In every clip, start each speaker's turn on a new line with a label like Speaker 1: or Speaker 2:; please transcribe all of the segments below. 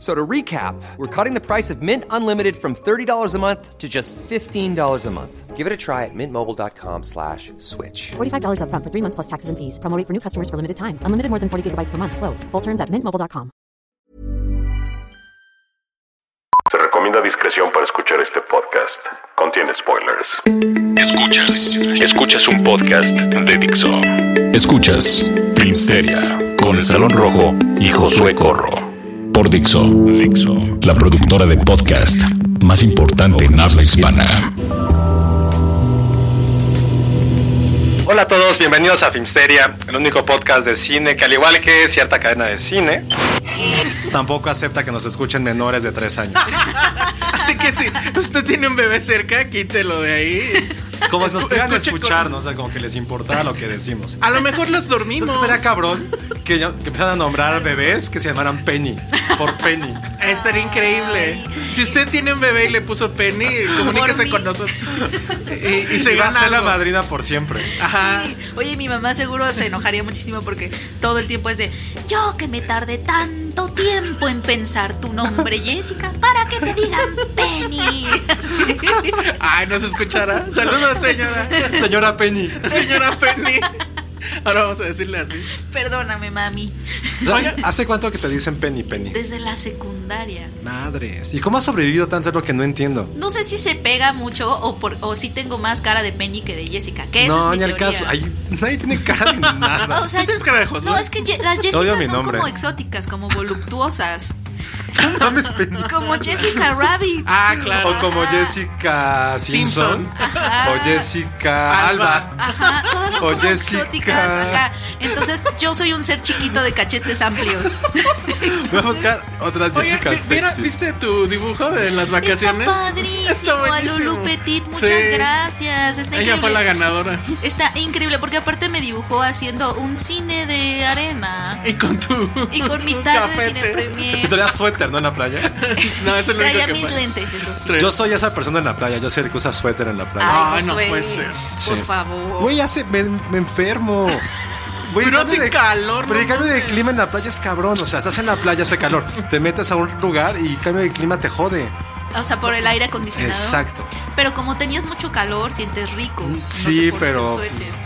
Speaker 1: So to recap, we're cutting the price of Mint Unlimited from $30 a month to just $15 a month. Give it a try at mintmobile.com slash switch.
Speaker 2: $45 upfront for three months plus taxes and fees. Promote for new customers for limited time. Unlimited more than 40 gigabytes per month. Slows. Full terms at mintmobile.com.
Speaker 3: Se recomienda discreción para escuchar este podcast. Contiene spoilers.
Speaker 4: Escuchas, escuchas un podcast de Dixo. Escuchas Filmsteria con el Salón Rojo y Josué Corro. Por Dixo, Dixo, la productora de podcast más importante en habla hispana.
Speaker 5: Hola a todos, bienvenidos a Filmsteria, el único podcast de cine que al igual que cierta cadena de cine, tampoco acepta que nos escuchen menores de 3 años.
Speaker 6: Así que si usted tiene un bebé cerca, quítelo de ahí.
Speaker 5: Como si nos
Speaker 6: Escu-
Speaker 5: pudieran
Speaker 6: escuche
Speaker 5: escuchar, ¿no? O sea, como que les importara lo que decimos.
Speaker 6: A lo mejor los dormimos.
Speaker 5: Entonces estaría cabrón que, ya- que empezaran a nombrar bebés que se llamaran Penny, por Penny.
Speaker 6: Estaría increíble. Si usted tiene un bebé y le puso Penny, comuníquese con nosotros. Y, y se
Speaker 5: va a
Speaker 6: van
Speaker 5: ser la
Speaker 6: algo.
Speaker 5: madrina por siempre. Ah.
Speaker 6: Ajá.
Speaker 7: Sí. Oye, mi mamá seguro se enojaría muchísimo porque todo el tiempo es de yo que me tardé tanto tiempo en pensar tu nombre, Jessica, para que te digan Penny. Sí.
Speaker 6: Ay, nos escuchará. Saludos, señora.
Speaker 5: Señora Penny.
Speaker 6: Señora Penny. Ahora vamos a decirle así.
Speaker 7: Perdóname, mami.
Speaker 5: Oiga, ¿Hace cuánto que te dicen Penny, Penny?
Speaker 7: Desde la secundaria.
Speaker 5: Madres. ¿Y cómo has sobrevivido tanto? Es lo que no entiendo.
Speaker 7: No sé si se pega mucho o, por, o si tengo más cara de Penny que de Jessica. Que esa
Speaker 5: No,
Speaker 7: es mi
Speaker 5: ni al
Speaker 7: teoría.
Speaker 5: caso. Ahí nadie tiene cara de nada.
Speaker 7: O sea,
Speaker 6: ¿Tú tienes cara de Josué?
Speaker 7: No, es que ye- las
Speaker 5: Odio mi
Speaker 7: Jessicas son
Speaker 5: nombre.
Speaker 7: como exóticas, como voluptuosas.
Speaker 5: No mames, Penny.
Speaker 7: Como Jessica Rabbit.
Speaker 6: Ah, claro.
Speaker 5: O como Jessica Simpson.
Speaker 6: Simpson.
Speaker 5: O Jessica
Speaker 6: Alba.
Speaker 5: Alba.
Speaker 7: Ajá, todas son
Speaker 5: O
Speaker 7: como
Speaker 5: Jessica.
Speaker 7: exóticas acá. Entonces, yo soy un ser chiquito de cachetes amplios.
Speaker 5: Voy a buscar otras
Speaker 6: Oye,
Speaker 5: Jessica
Speaker 6: ¿vi- mira,
Speaker 5: sexys.
Speaker 6: ¿viste tu dibujo de las vacaciones?
Speaker 7: Está padrísimo. a Lulu
Speaker 6: buenísimo.
Speaker 7: Petit, muchas
Speaker 6: Sí.
Speaker 7: gracias. Está
Speaker 6: Ella
Speaker 7: increíble.
Speaker 6: fue la ganadora.
Speaker 7: Está increíble porque aparte me dibujó haciendo un cine de arena.
Speaker 6: Y con tu.
Speaker 7: Y con mi tag de
Speaker 6: cafete.
Speaker 7: cine
Speaker 5: Y
Speaker 7: premier.
Speaker 5: traía suéter, ¿no? En la playa.
Speaker 6: No, es el único
Speaker 7: Traía
Speaker 6: que
Speaker 7: mis
Speaker 6: fue.
Speaker 7: lentes, eso sí.
Speaker 6: Tres.
Speaker 5: Yo soy esa persona en la playa. Yo soy el que usa suéter en la playa.
Speaker 6: Ay,
Speaker 7: Ay,
Speaker 6: Ah, no
Speaker 7: Josué,
Speaker 6: puede ser.
Speaker 5: Sí.
Speaker 7: Por favor.
Speaker 5: Güey, hace. Me, me enfermo. Güey, el
Speaker 6: Pero
Speaker 5: cambio
Speaker 6: hace calor,
Speaker 5: Pero
Speaker 6: no
Speaker 5: el cambio de
Speaker 6: mames.
Speaker 5: clima en la playa es cabrón. O sea, estás en la playa, hace calor. Te metes a un lugar y cambio de clima te jode.
Speaker 7: O sea, por el aire acondicionado.
Speaker 5: Exacto.
Speaker 7: Pero como tenías mucho calor, sientes rico.
Speaker 6: Mm,
Speaker 7: No te
Speaker 5: Sí,
Speaker 7: pones
Speaker 5: pero,
Speaker 7: el
Speaker 6: pues,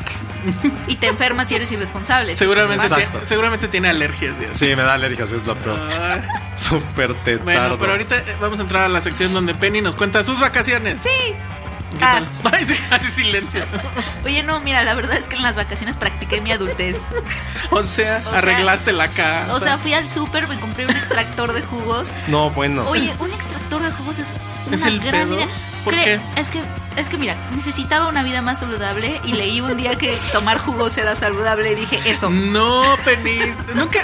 Speaker 7: suéter. Y te enfermas si eres irresponsable.
Speaker 6: Seguramente,
Speaker 5: Exacto.
Speaker 6: tiene- seguramente tiene alergias. ya.
Speaker 5: Sí, me da alergia, eso es lo peor.
Speaker 6: Ay,
Speaker 5: Súper tetardo.
Speaker 6: bueno, pero ahorita eh, vamos a entrar a la sección donde Penny nos cuenta sus vacaciones.
Speaker 7: Sí. Ah,
Speaker 6: Ay, sí, Así silencio.
Speaker 7: oye, no, mira, la verdad es que en las vacaciones practiqué mi adultez.
Speaker 6: O sea,
Speaker 7: O sea,
Speaker 6: arreglaste la casa.
Speaker 7: O sea, fui al súper, me compré un extractor de jugos.
Speaker 5: No, bueno.
Speaker 7: Oye, un extractor de jugos es una
Speaker 6: ¿Es el
Speaker 7: gran
Speaker 6: pedo?
Speaker 7: idea.
Speaker 6: ¿Por
Speaker 7: Cre-
Speaker 6: qué?
Speaker 7: Es que, es que mira, necesitaba una vida más saludable y leí un día que tomar jugos era saludable y dije, eso.
Speaker 6: Mm. no, Penny. Nunca,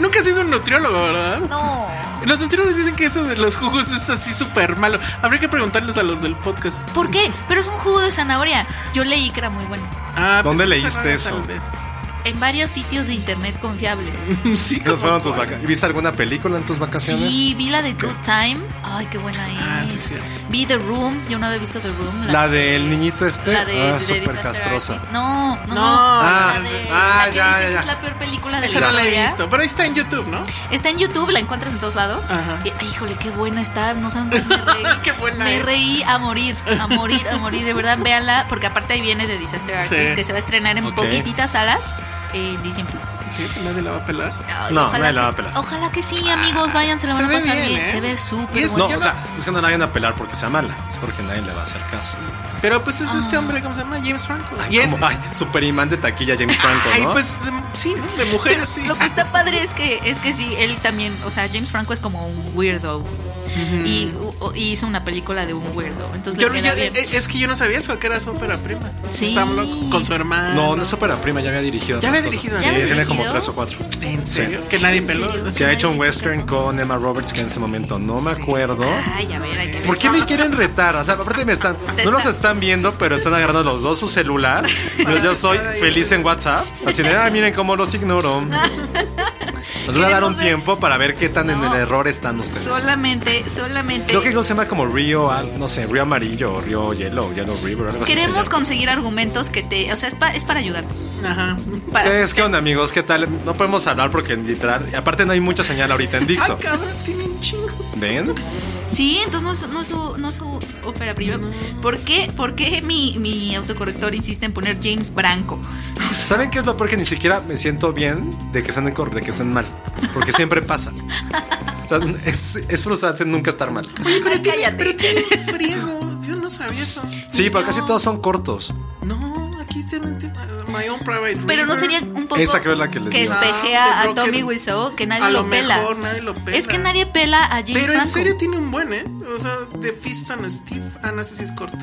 Speaker 6: nunca has sido un nutriólogo, ¿verdad?
Speaker 7: No.
Speaker 6: Los nutriólogos dicen que eso de los jugos es así súper malo. Habría que preguntarles a los del podcast.
Speaker 7: ¿Por qué? Pero es un jugo de zanahoria. Yo leí que era muy bueno.
Speaker 6: Ah,
Speaker 5: ¿Dónde leíste
Speaker 6: raro,
Speaker 5: eso?
Speaker 6: tal vez.
Speaker 7: En varios sitios de internet confiables.
Speaker 6: sí,
Speaker 5: ¿Nos fueron
Speaker 6: como
Speaker 5: tus
Speaker 6: cuál.
Speaker 5: vacaciones? ¿Viste alguna película en tus vacaciones?
Speaker 7: Sí, vi la de Good Time. Ay, qué buena es.
Speaker 6: Ah, sí, es cierto.
Speaker 7: Vi The Room. Yo no había visto The Room.
Speaker 5: La del niñito este.
Speaker 7: La de,
Speaker 5: ah,
Speaker 7: de
Speaker 5: súper
Speaker 7: Disaster
Speaker 5: castrosa.
Speaker 7: Artist. No, no, no.
Speaker 6: Ah,
Speaker 7: la de,
Speaker 5: ah,
Speaker 7: la que
Speaker 5: ya,
Speaker 7: dicen
Speaker 5: ya.
Speaker 7: que es la peor película de
Speaker 6: Esa
Speaker 7: la
Speaker 6: no la he
Speaker 7: historia.
Speaker 6: visto, pero ahí está en YouTube, ¿no?
Speaker 7: Está en YouTube, la encuentras en todos lados.
Speaker 6: Ajá.
Speaker 7: Y, ay, híjole, qué buena está. No saben cómo me reí.
Speaker 6: Qué buena
Speaker 7: Me
Speaker 6: es.
Speaker 7: reí a morir, a morir, a morir. De verdad, véanla, porque aparte ahí viene de Disaster Artist,
Speaker 6: Sí.
Speaker 7: que se va a estrenar en
Speaker 5: Ok.
Speaker 7: poquititas salas en diciembre.
Speaker 6: ¿Sí? ¿Nadie la va a pelar?
Speaker 7: Ay,
Speaker 5: No, nadie
Speaker 7: que,
Speaker 5: la va a pelar.
Speaker 7: Ojalá que sí, amigos, vayan, se la
Speaker 6: Se
Speaker 7: van a
Speaker 6: ve
Speaker 7: pasar
Speaker 6: bien,
Speaker 7: bien.
Speaker 6: ¿eh?
Speaker 7: Se ve
Speaker 6: Y
Speaker 7: súper
Speaker 6: es-
Speaker 7: bueno.
Speaker 5: No,
Speaker 6: yo
Speaker 5: o
Speaker 6: no-
Speaker 5: sea, es que no la vayan a pelar porque sea mala. Es porque nadie le va a hacer caso.
Speaker 6: Pero pues es
Speaker 7: Ah.
Speaker 6: este hombre, ¿cómo se llama? James Franco.
Speaker 5: Ay,
Speaker 6: Y es.
Speaker 5: como- ay, super imán de taquilla James Franco,
Speaker 6: Ay,
Speaker 5: ¿no?
Speaker 6: pues de- sí, ¿no? De mujeres sí. Ah,
Speaker 7: Lo que está padre es que es que sí, él también, o sea, James Franco es como un weirdo. y, o- y hizo una película de un weirdo. Entonces
Speaker 6: Yo-
Speaker 7: le
Speaker 6: yo-
Speaker 7: queda bien.
Speaker 6: eh, es que yo no sabía eso, que era su ópera prima.
Speaker 7: Sí.
Speaker 6: Estaba loco. Con su hermano.
Speaker 5: No, no es ópera prima, ya había dirigido. otras
Speaker 6: Ya había
Speaker 5: cosas.
Speaker 6: dirigido,
Speaker 5: Sí,
Speaker 6: ¿Ya había
Speaker 5: tiene
Speaker 7: dirigido?
Speaker 5: como tres o cuatro.
Speaker 6: ¿En serio?
Speaker 5: Sí.
Speaker 6: Que nadie
Speaker 7: ¿En
Speaker 6: peló.
Speaker 7: serio?
Speaker 5: Se ha hecho un
Speaker 7: Nadie
Speaker 5: western
Speaker 7: hizo caso.
Speaker 5: con Emma Roberts que en este momento no me acuerdo.
Speaker 7: Ay, a ver, hay que ver.
Speaker 5: ¿Por qué me quieren retar? O sea, aparte me están. No los están viendo, pero están agarrando los dos su celular. Yo, yo estoy feliz en WhatsApp. Así de, ah, miren cómo los ignoro. Nos voy a dar un
Speaker 7: Queremos ver-
Speaker 5: tiempo para ver qué tan en el error están ustedes.
Speaker 7: Solamente, solamente.
Speaker 5: Creo que no se llama como Río, al- no sé, Río Amarillo, o Río Yellow, Yellow River,
Speaker 6: pues,
Speaker 5: algo así. se
Speaker 7: Queremos
Speaker 5: llama.
Speaker 7: conseguir argumentos que te. O sea, es, pa- es para ayudar.
Speaker 6: Ajá.
Speaker 7: Para
Speaker 5: ¿Ustedes qué onda, amigos? ¿Qué tal? No podemos hablar porque literal. Aparte, no hay mucha señal ahorita en
Speaker 6: Ay,
Speaker 5: Dixo.
Speaker 6: cabrón, tiene un chingo.
Speaker 5: ¿Ven?
Speaker 7: Sí, entonces no es, no es su, no es su ópera prima.
Speaker 5: Mm.
Speaker 7: ¿Por qué, por qué mi, mi autocorrector insiste en poner James Branco?
Speaker 5: ¿Saben qué es lo peor que ni siquiera me siento bien de que estén, en cor- de que estén mal? Porque siempre pasa. O sea, es, es frustrante nunca estar mal.
Speaker 6: Oye, pero,
Speaker 7: Ay,
Speaker 6: tiene,
Speaker 7: cállate.
Speaker 6: pero tiene un friego. Yo no sabía eso.
Speaker 5: Sí, pero
Speaker 7: No.
Speaker 5: casi todos son cortos.
Speaker 6: No, aquí se mete My Own Private
Speaker 7: Pero no
Speaker 6: River.
Speaker 7: sería un poco
Speaker 5: Esa creo es la que les digo.
Speaker 7: espejea
Speaker 6: Ah,
Speaker 7: a
Speaker 6: yo creo
Speaker 7: Tommy
Speaker 6: que
Speaker 7: Wiseau, que nadie
Speaker 6: a lo
Speaker 7: lo pela.
Speaker 6: mejor nadie lo pela.
Speaker 7: Es que nadie pela a James
Speaker 6: Pero en
Speaker 7: Franco.
Speaker 6: serio tiene un buen, ¿eh? O sea, The Fist and Steve. Ah, no sé si es corto.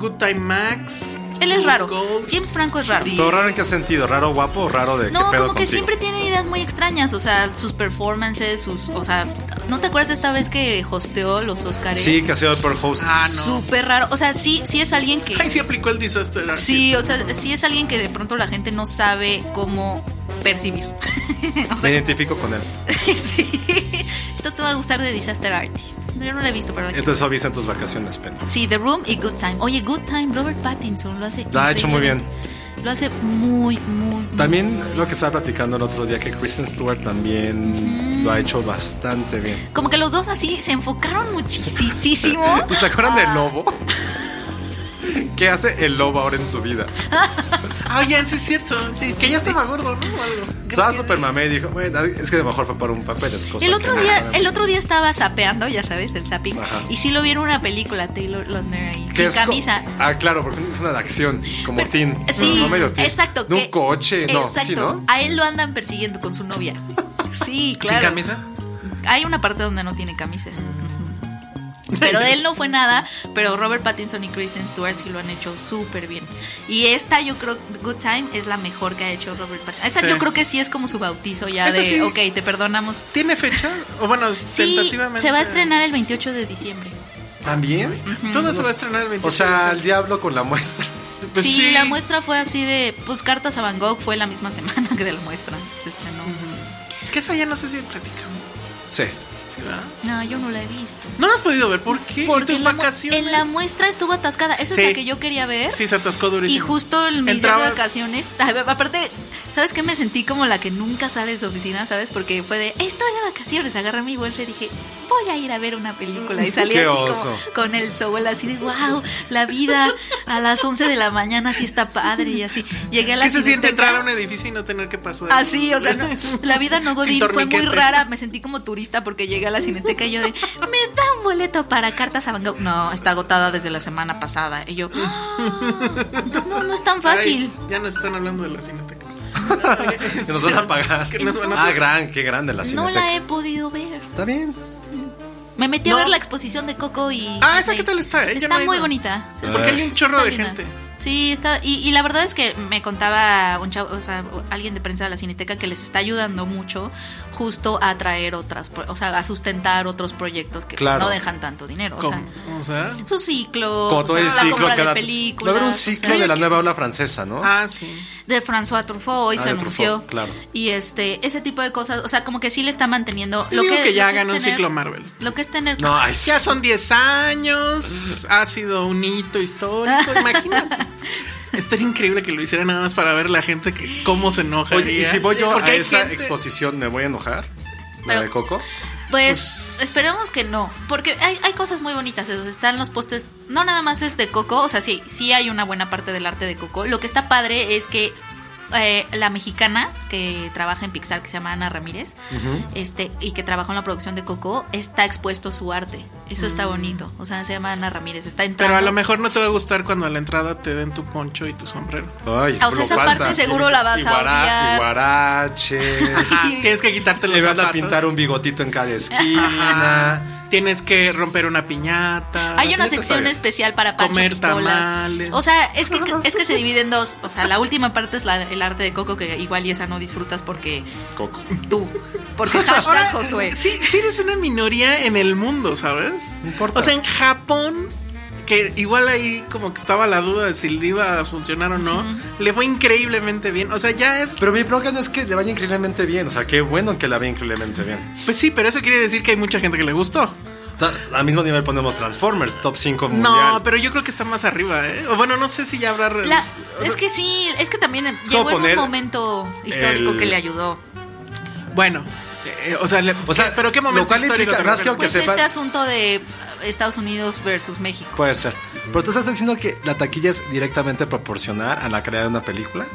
Speaker 6: Good Time Max.
Speaker 7: Él es
Speaker 6: Goose
Speaker 7: raro.
Speaker 6: Gold.
Speaker 7: James Franco es raro.
Speaker 6: Sí.
Speaker 5: ¿Pero raro en qué sentido? ¿Raro guapo o raro de
Speaker 7: No,
Speaker 5: qué pedo
Speaker 7: como que
Speaker 5: contigo?
Speaker 7: siempre tiene ideas muy extrañas, o sea, sus performances, sus, o sea, ¿no te acuerdas de esta vez que hosteó los Oscars?
Speaker 5: Sí, que ha sido el peor host.
Speaker 6: Ah, no.
Speaker 7: Súper raro, o sea, sí, sí es alguien que...
Speaker 6: Ay, sí aplicó el Ah, disaster. artist.
Speaker 7: Sí, o sea, sí es alguien que de pronto la gente no sabe cómo percibir. o
Speaker 5: Me
Speaker 7: sea,
Speaker 5: identifico con él.
Speaker 7: sí. Entonces te va a gustar de Disaster Artist. Yo no la he visto, pero la quiero.
Speaker 5: Entonces, obvio, en tus vacaciones, pero.
Speaker 7: Sí, The Room y Good Time. Oye, Good Time, Robert Pattinson lo hace.
Speaker 5: Lo ha hecho muy bien.
Speaker 7: increíblemente. Lo hace muy, muy. muy
Speaker 5: También
Speaker 7: bien.
Speaker 5: lo que estaba platicando el otro día, que Kristen Stewart
Speaker 7: Mm.
Speaker 5: también lo ha hecho bastante bien.
Speaker 7: Como que los dos así se enfocaron muchísimo.
Speaker 5: ¿Y se acuerdan del lobo? ¿Qué hace el lobo ahora en su vida?
Speaker 6: Ah, ya, sí es cierto.
Speaker 7: Sí,
Speaker 6: que
Speaker 7: sí,
Speaker 6: ya
Speaker 7: sí.
Speaker 6: estaba gordo, ¿no? O algo.
Speaker 5: Estaba super mamé y dijo, bueno, es que a lo mejor fue para un papel, es cosa
Speaker 7: El
Speaker 5: que
Speaker 7: otro,
Speaker 5: no
Speaker 7: día,
Speaker 5: sabemos".
Speaker 7: el otro día estaba sapeando, ya sabes, el zapping.
Speaker 5: Ajá.
Speaker 7: Y sí lo vieron en una película, Taylor Lautner ahí.
Speaker 5: Que
Speaker 7: Sin
Speaker 5: es co-
Speaker 7: camisa.
Speaker 5: Ah, claro, porque es una de acción, como
Speaker 7: Pero-
Speaker 5: Tin.
Speaker 7: Sí,
Speaker 5: no medio teen.
Speaker 7: exacto.
Speaker 5: De un
Speaker 7: que-
Speaker 5: coche, no,
Speaker 7: Exacto.
Speaker 5: sí, ¿no?
Speaker 7: A él lo andan persiguiendo con su novia. Sí, claro.
Speaker 6: ¿Sin camisa?
Speaker 7: Hay una parte donde no tiene camisa. Pero de él no fue nada, pero Robert Pattinson y Kristen Stewart sí lo han hecho súper bien. Y esta yo creo, Good Time, es la mejor que ha hecho Robert Pattinson. Esta
Speaker 6: Sí.
Speaker 7: yo creo que sí es como su bautizo ya
Speaker 6: Eso
Speaker 7: de,
Speaker 6: sí.
Speaker 7: ok, te perdonamos.
Speaker 6: ¿Tiene fecha? O bueno,
Speaker 7: Sí,
Speaker 6: tentativamente.
Speaker 7: se va a estrenar el 28 de diciembre.
Speaker 5: ¿También?
Speaker 6: Todo se va a estrenar el 28
Speaker 5: O sea,
Speaker 6: de
Speaker 5: el diablo con la muestra.
Speaker 6: diciembre. Pues
Speaker 7: sí, la muestra fue así de, pues Cartas a Van Gogh fue la misma semana que de la muestra. Se estrenó.
Speaker 6: Que esa ya no sé si platicamos.
Speaker 5: Sí.
Speaker 6: ¿sí, verdad?
Speaker 7: No, yo no la he visto.
Speaker 6: No lo has podido ver. ¿Por qué?
Speaker 7: Porque
Speaker 6: ¿En
Speaker 7: en
Speaker 6: tus
Speaker 7: la mu-
Speaker 6: vacaciones?
Speaker 7: En la muestra estuvo atascada. Esa
Speaker 6: Sí.
Speaker 7: es la que yo quería ver.
Speaker 6: Sí, se atascó
Speaker 7: Y
Speaker 6: durísimo.
Speaker 7: justo en mis días
Speaker 6: Entrabas-
Speaker 7: de vacaciones, a ver, aparte, ¿sabes qué? Me sentí como la que nunca sale de su oficina, ¿sabes? Porque fue de, estoy de vacaciones, agarré mi bolsa y dije, voy a ir a ver una película. Y salí
Speaker 5: Qué
Speaker 7: así como
Speaker 5: oso.
Speaker 7: con el sol, así de, wow, la vida a las 11 de la mañana sí está padre y así. Llegué a la
Speaker 6: ¿Qué se siente
Speaker 7: Cineteca.
Speaker 6: entrar a un edificio y no tener que pasar?
Speaker 7: Así, Ah, o sea, no, la vida no
Speaker 6: Sin
Speaker 7: godín fue muy
Speaker 6: torniquete.
Speaker 7: rara. Me sentí como turista porque llegué a la Cineteca y yo de, "Ah, me da un boleto para cartas a Van Gogh. No, está agotada desde la semana pasada. Y yo, "Ah". entonces no, no es tan fácil.
Speaker 6: Ay, ya nos están hablando de la cineteca.
Speaker 5: Que nos van a pagar.
Speaker 6: Que nos van a-
Speaker 5: ah, gran, qué grande la
Speaker 7: no
Speaker 5: cineteca.
Speaker 7: la he podido ver.
Speaker 5: Está bien.
Speaker 7: Me metí
Speaker 6: No.
Speaker 7: a ver la exposición de Coco y.
Speaker 6: Ah, ¿esa
Speaker 7: Disney.
Speaker 6: qué tal está? Eh, yo
Speaker 7: Está
Speaker 6: no he
Speaker 7: muy
Speaker 6: ido.
Speaker 7: bonita. Sí,
Speaker 6: Porque hay un chorro
Speaker 7: está
Speaker 6: de
Speaker 7: linda.
Speaker 6: gente.
Speaker 7: Sí, está. Y, y la verdad es que me contaba un chavo, o sea, alguien de prensa de la Cineteca que les está ayudando mucho justo a traer otras, pro- o sea, a sustentar otros proyectos que
Speaker 5: Claro.
Speaker 7: no dejan tanto dinero. O sea,
Speaker 6: ¿Cómo? O sea.
Speaker 7: sus ciclos,
Speaker 5: Como todo
Speaker 7: o sea,
Speaker 5: el
Speaker 7: Pues, la
Speaker 5: ciclo
Speaker 7: compra
Speaker 5: que
Speaker 7: de
Speaker 5: era- Va
Speaker 7: películas.
Speaker 5: a haber un
Speaker 7: o sea,
Speaker 5: ciclo de la nueva ola francesa, ¿no?
Speaker 6: Ah, sí.
Speaker 7: de François Truffaut hoy
Speaker 5: Ah,
Speaker 7: se
Speaker 5: de Truffaut,
Speaker 7: anunció.
Speaker 5: claro.
Speaker 7: Y este, ese tipo de cosas, o sea, como que sí le está manteniendo.
Speaker 6: Yo digo que ya
Speaker 7: lo es
Speaker 6: hagan un
Speaker 7: tener-
Speaker 6: ciclo Marvel.
Speaker 7: Lo que es tener.
Speaker 5: No, ay, sí.
Speaker 6: Ya son 10 años, ha sido un hito histórico, imagínate. Estaría increíble que lo hiciera nada más para ver la gente que cómo se enoja.
Speaker 5: Oye, y si voy yo a
Speaker 6: hay
Speaker 5: esa
Speaker 6: gente-
Speaker 5: exposición, ¿me voy a enojar? ¿La
Speaker 7: Pero-
Speaker 5: de Coco?
Speaker 7: Pues, esperemos que no, porque hay, hay cosas muy bonitas, esos están los postes, no nada más es de Coco, o sea, sí, sí hay una buena parte del arte de Coco, lo que está padre es que eh, la mexicana que trabaja en Pixar, que se llama Ana Ramírez, este, y que trabajó en la producción de Coco, está expuesto su arte. Eso está bonito. O sea, se llama Ana Ramírez. Está
Speaker 6: Mm.
Speaker 7: entrando.
Speaker 6: Pero a lo mejor no te va a gustar cuando a la entrada te den tu poncho y tu sombrero.
Speaker 5: Ay,
Speaker 7: O sea, esa parte seguro la vas a odiar.
Speaker 5: Iguaraches.
Speaker 6: Ah, tienes que quitarte los
Speaker 5: Le van a
Speaker 6: zapatos. Ah,
Speaker 5: pintar un ah. bigotito en cada esquina.
Speaker 6: Tienes que romper una piñata.
Speaker 7: Hay
Speaker 5: neta
Speaker 7: una
Speaker 5: está
Speaker 7: sección
Speaker 5: bien.
Speaker 7: especial para Pancho
Speaker 6: Comer
Speaker 7: Pistolas.
Speaker 6: tamales.
Speaker 7: O sea, es que, es que se divide en dos. O sea, la última parte es la- el arte de Coco, que igual y esa no disfrutas porque
Speaker 5: Coco.
Speaker 7: tú. Porque hashtag Josué.
Speaker 6: Sí, sí eres una minoría en el mundo, ¿sabes?
Speaker 5: No importa.
Speaker 6: O sea, en Japón, que igual ahí como que estaba la duda de si le iba a funcionar o no, le fue increíblemente bien. O sea, ya es...
Speaker 5: Pero mi bronca no es que le vaya increíblemente bien. O sea, qué bueno que la vaya increíblemente bien.
Speaker 6: pues sí, pero eso quiere decir que hay mucha gente que le gustó.
Speaker 5: Ta- Al mismo nivel ponemos Transformers, top 5 mundial.
Speaker 6: No, pero yo creo que está más arriba, ¿eh? O bueno, no sé si ya habrá... re-
Speaker 7: La-
Speaker 6: o sea,
Speaker 7: es que sí, es que también
Speaker 5: como
Speaker 7: llegó en un
Speaker 5: poner
Speaker 7: momento histórico
Speaker 5: el-
Speaker 7: que le ayudó.
Speaker 6: Bueno, eh, o sea, le-
Speaker 5: O sea,
Speaker 6: pero qué
Speaker 5: lo
Speaker 6: momento
Speaker 5: cual
Speaker 6: histórico
Speaker 5: implica-
Speaker 6: te
Speaker 5: más que
Speaker 6: refieres?
Speaker 7: Pues
Speaker 5: sepa-
Speaker 7: este asunto de eh, Estados Unidos versus México.
Speaker 5: Puede ser. Pero tú estás diciendo que la taquilla es directamente proporcional a la calidad de una película.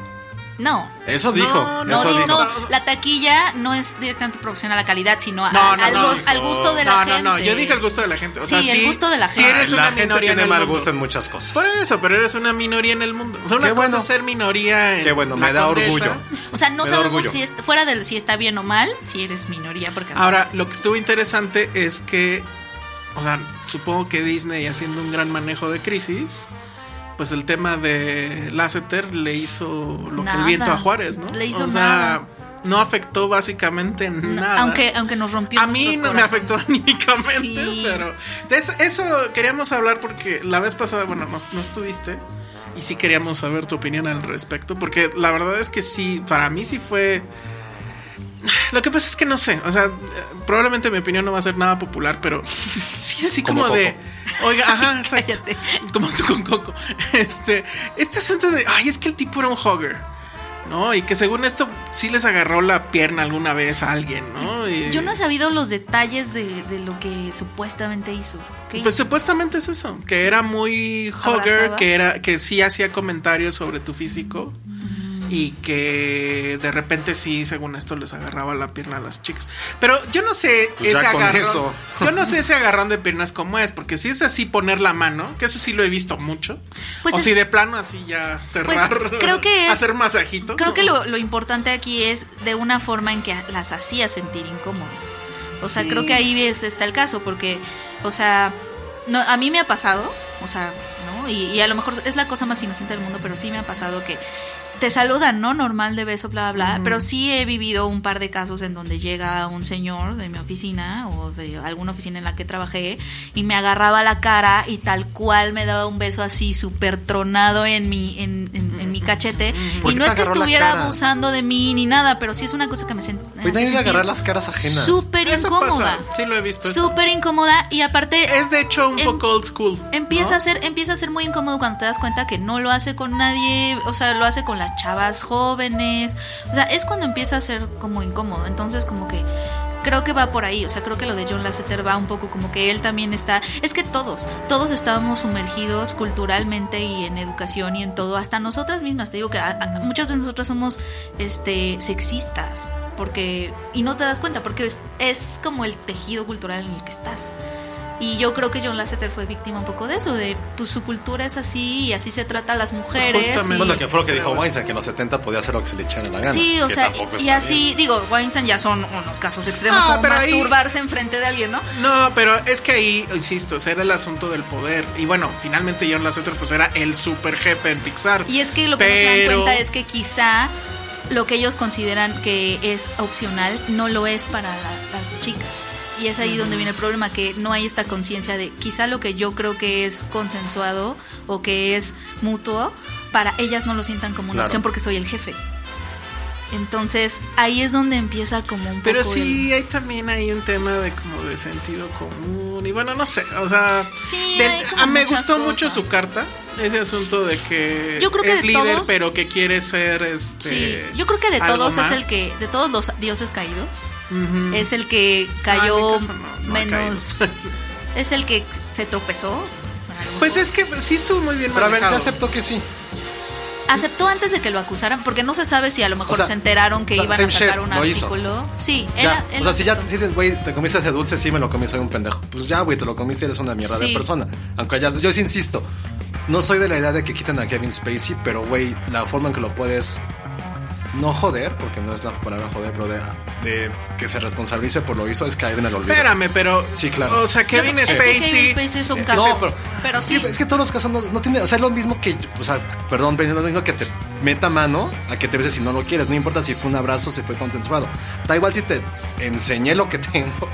Speaker 7: No.
Speaker 5: Eso dijo.
Speaker 6: No,
Speaker 7: No,
Speaker 5: eso
Speaker 7: di-
Speaker 5: dijo.
Speaker 7: no, la taquilla no es directamente proporcional a la calidad, sino a-
Speaker 6: No,
Speaker 7: al,
Speaker 6: no, no.
Speaker 7: gos- al gusto de la
Speaker 6: no,
Speaker 7: gente.
Speaker 6: no, no, yo dije el gusto de la gente. O sea,
Speaker 7: Sí, el gusto de la
Speaker 6: Si
Speaker 7: gente.
Speaker 6: eres
Speaker 5: la
Speaker 6: una
Speaker 5: gente
Speaker 6: minoría
Speaker 5: tiene
Speaker 6: en el
Speaker 5: mal
Speaker 6: mundo.
Speaker 5: gusto en muchas cosas.
Speaker 6: Por eso, pero eres una minoría en el mundo. O sea, una
Speaker 5: Qué
Speaker 6: cosa
Speaker 5: bueno.
Speaker 6: es ser minoría en
Speaker 5: Qué bueno,
Speaker 6: la
Speaker 5: me da
Speaker 6: condesa.
Speaker 5: orgullo.
Speaker 7: O sea, no
Speaker 5: Me da
Speaker 7: sabemos
Speaker 5: orgullo.
Speaker 7: si es- fuera del si está bien o mal, si eres minoría, porque
Speaker 6: Ahora, lo que estuvo interesante es que, o sea, supongo que Disney haciendo un gran manejo de crisis, pues el tema de Lasseter le hizo lo que
Speaker 7: Nada.
Speaker 6: el viento a Juárez, ¿no?
Speaker 7: Le hizo
Speaker 6: o sea,
Speaker 7: nada.
Speaker 6: no afectó básicamente nada.
Speaker 7: aunque aunque nos rompió
Speaker 6: A mí no
Speaker 7: nuestros
Speaker 6: me
Speaker 7: corazones.
Speaker 6: afectó anímicamente,
Speaker 7: Sí.
Speaker 6: pero de eso, eso queríamos hablar porque la vez pasada, bueno, no, no estuviste y sí queríamos saber tu opinión al respecto, porque la verdad es que sí, para mí sí fue... Lo que pasa es que no sé, o sea, eh, probablemente mi opinión no va a ser nada popular, pero sí es así
Speaker 5: Como
Speaker 6: como, de...
Speaker 5: Coco.
Speaker 6: Oiga, ajá, exacto.
Speaker 7: Cállate.
Speaker 6: Como tú con Coco. Este, este asunto de, ay, es que el tipo era un hogger. ¿No? Y que según esto sí les agarró la pierna alguna vez a alguien, ¿no? Y-
Speaker 7: Yo no he sabido los detalles de, de lo que supuestamente hizo. ¿ok?
Speaker 6: Pues supuestamente es eso, que era muy hogger,
Speaker 7: Abrazaba.
Speaker 6: que era que sí hacía comentarios sobre tu físico y que de repente sí, según esto les agarraba la pierna a las chicas. Pero yo no sé
Speaker 5: Pues ya
Speaker 6: ese
Speaker 5: con
Speaker 6: agarrón.
Speaker 5: eso.
Speaker 6: Yo no sé ese agarrón de piernas cómo es, porque si es así poner la mano, que eso sí lo he visto mucho.
Speaker 7: Pues
Speaker 6: o
Speaker 7: es- Pues
Speaker 6: si de plano así ya cerrar,
Speaker 7: creo que es-
Speaker 6: hacer masajito.
Speaker 7: Creo que lo, lo importante aquí es de una forma en que las hacía sentir incómodas. O sea,
Speaker 6: Sí.
Speaker 7: creo que ahí es, está el caso, porque, o sea, no, a mí me ha pasado, o sea, ¿no? Y, y a lo mejor es la cosa más inocente del mundo, pero sí me ha pasado que te saludan, ¿no? Normal de beso, bla, bla, bla. Pero sí he vivido un par de casos en donde llega un señor de mi oficina o de alguna oficina en la que trabajé y me agarraba la cara y tal cual me daba un beso así súper tronado en mi, en, en- en mi cachete.
Speaker 5: ¿Por
Speaker 7: Y
Speaker 5: qué
Speaker 7: no
Speaker 5: te
Speaker 7: es que
Speaker 5: agarró la
Speaker 7: estuviera
Speaker 5: cara?
Speaker 7: abusando de mí ni nada, pero sí es una cosa que me sentí.
Speaker 6: Pues
Speaker 5: Oye, Pues nadie debe agarrar las caras ajenas.
Speaker 7: Súper
Speaker 6: Eso
Speaker 7: incómoda.
Speaker 6: pasa, sí lo he visto eso.
Speaker 7: Súper incómoda y aparte
Speaker 6: es de hecho un
Speaker 7: Em-
Speaker 6: poco old school. ¿no?
Speaker 7: Empieza, a ser, empieza a ser muy incómodo cuando te das cuenta que no lo hace con nadie, o sea, lo hace con las chavas jóvenes. O sea, es cuando empieza a ser como incómodo. Entonces, como que creo que va por ahí. O sea, creo que lo de John Lasseter va un poco como que él también está. Es que todos, todos estábamos sumergidos culturalmente y en educación y en todo, hasta nosotras mismas. Te digo que a- a- muchas veces nosotras somos este, sexistas. Porque, y no te das cuenta, porque es, es como el tejido cultural en el que estás. Y yo creo que John Lasseter fue víctima un poco de eso, de pues su cultura es así y así se trata a las mujeres.
Speaker 6: Justamente.
Speaker 7: y-
Speaker 5: Bueno, que fue lo que dijo Weinstein, que en los 70 podía hacer lo que se le echara la gana.
Speaker 7: Sí, o
Speaker 5: que
Speaker 7: sea,
Speaker 5: tampoco
Speaker 7: y
Speaker 5: está
Speaker 7: así, digo, Weinstein ya son unos casos extremos,
Speaker 6: Ah,
Speaker 7: como
Speaker 6: pero ahí-
Speaker 7: masturbarse enfrente de alguien, ¿no?
Speaker 6: No, pero es que ahí, insisto, ese era el asunto del poder. Y bueno, finalmente John Lasseter pues era el super jefe en Pixar.
Speaker 7: Y es que lo que no se dan
Speaker 6: Pero-
Speaker 7: cuenta es que quizá lo que ellos consideran que es opcional no lo es para la- las chicas. Y es ahí donde viene el problema, que no hay esta conciencia de quizá lo que yo creo que es consensuado o que es mutuo, para ellas no lo sientan como una
Speaker 5: Claro.
Speaker 7: opción porque soy el jefe. Entonces ahí es donde empieza como un poco...
Speaker 6: Pero sí, hay también hay un tema de como de sentido común. Y bueno, no sé, o sea,
Speaker 7: Sí,
Speaker 6: de-
Speaker 7: hay como
Speaker 6: ah, me
Speaker 7: muchas
Speaker 6: gustó mucho
Speaker 7: cosas.
Speaker 6: su carta. Ese asunto de que
Speaker 7: Yo creo que
Speaker 6: es
Speaker 7: de
Speaker 6: líder,
Speaker 7: todos-
Speaker 6: pero que quiere ser este.
Speaker 7: Sí, yo creo que de
Speaker 6: algo
Speaker 7: todos es
Speaker 6: más.
Speaker 7: el que, de todos los dioses caídos,
Speaker 6: Ujú.
Speaker 7: es el que
Speaker 6: Ah,
Speaker 7: cayó
Speaker 6: en mi caso no, no ha
Speaker 7: menos,
Speaker 6: caído.
Speaker 7: es el que se tropezó.
Speaker 6: Pues es que sí estuvo muy bien
Speaker 5: Pero a ver,
Speaker 6: manejado.
Speaker 5: ya acepto que sí.
Speaker 7: aceptó antes de que lo acusaran, porque no se sabe si a lo mejor
Speaker 5: O sea,
Speaker 7: se enteraron
Speaker 5: o
Speaker 7: que
Speaker 5: sea,
Speaker 7: iban a
Speaker 5: same
Speaker 7: sacar
Speaker 5: shit,
Speaker 7: un
Speaker 5: lo hizo.
Speaker 7: artículo. Sí,
Speaker 5: Ya,
Speaker 7: era- él
Speaker 5: o sea, si ya
Speaker 7: aceptó.
Speaker 5: dices, güey, te comiste ese dulce, sí me lo comí, soy un pendejo. Pues ya, güey, te lo comiste, eres una mierda de
Speaker 7: Sí.
Speaker 5: persona. Aunque ya, yo sí insisto, no soy de la idea de que quiten a Kevin Spacey, pero, güey, la forma en que lo puedes no joder, porque no es la palabra joder, pero de, de que se responsabilice por lo hizo es caer en el olvido.
Speaker 6: Espérame, pero.
Speaker 5: Sí, claro.
Speaker 6: O sea,
Speaker 7: Yo
Speaker 6: Kevin
Speaker 7: creo que
Speaker 6: Spacey.
Speaker 7: Kevin Spacey es un caso.
Speaker 5: No, pero, es,
Speaker 7: sí.
Speaker 5: que, es que todos los casos no, no tiene, o sea, es lo mismo que, o sea, perdón, pero es lo mismo que te meta mano a que te beses si no lo quieres, no importa si fue un abrazo, si fue consensuado. Da igual si te enseñé lo que tengo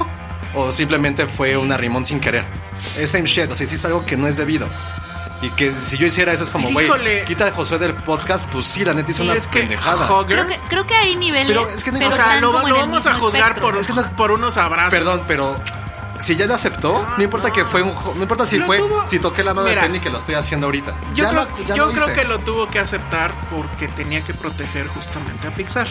Speaker 5: o simplemente fue un arrimón sin querer. Es same shit, o sea, hiciste algo que no es debido. Y que si yo hiciera eso es como, güey,
Speaker 6: Híjole.
Speaker 5: quita a Josué del podcast, pues sí, la neta hizo
Speaker 6: Sí,
Speaker 5: una
Speaker 6: es que
Speaker 5: pendejada.
Speaker 6: Hogger-
Speaker 7: Creo que, creo que hay niveles.
Speaker 5: Pero es que no-
Speaker 7: pero
Speaker 5: o
Speaker 6: o sea,
Speaker 7: están
Speaker 6: lo,
Speaker 7: como en
Speaker 6: lo
Speaker 7: el
Speaker 6: vamos a
Speaker 7: mismo
Speaker 6: juzgar
Speaker 7: espectro.
Speaker 6: por,
Speaker 5: Es que no-
Speaker 6: por unos abrazos.
Speaker 5: Perdón, pero si ya lo aceptó, no importa que fue un, jo- no importa si
Speaker 6: Lo
Speaker 5: fue,
Speaker 6: tuvo-
Speaker 5: si toqué la mano de
Speaker 6: Mira.
Speaker 5: Penny que lo estoy haciendo ahorita.
Speaker 6: Yo,
Speaker 5: Ya
Speaker 6: creo,
Speaker 5: lo- ya
Speaker 6: yo
Speaker 5: lo
Speaker 6: creo
Speaker 5: hice.
Speaker 6: que lo tuvo que aceptar porque tenía que proteger justamente a Pixar.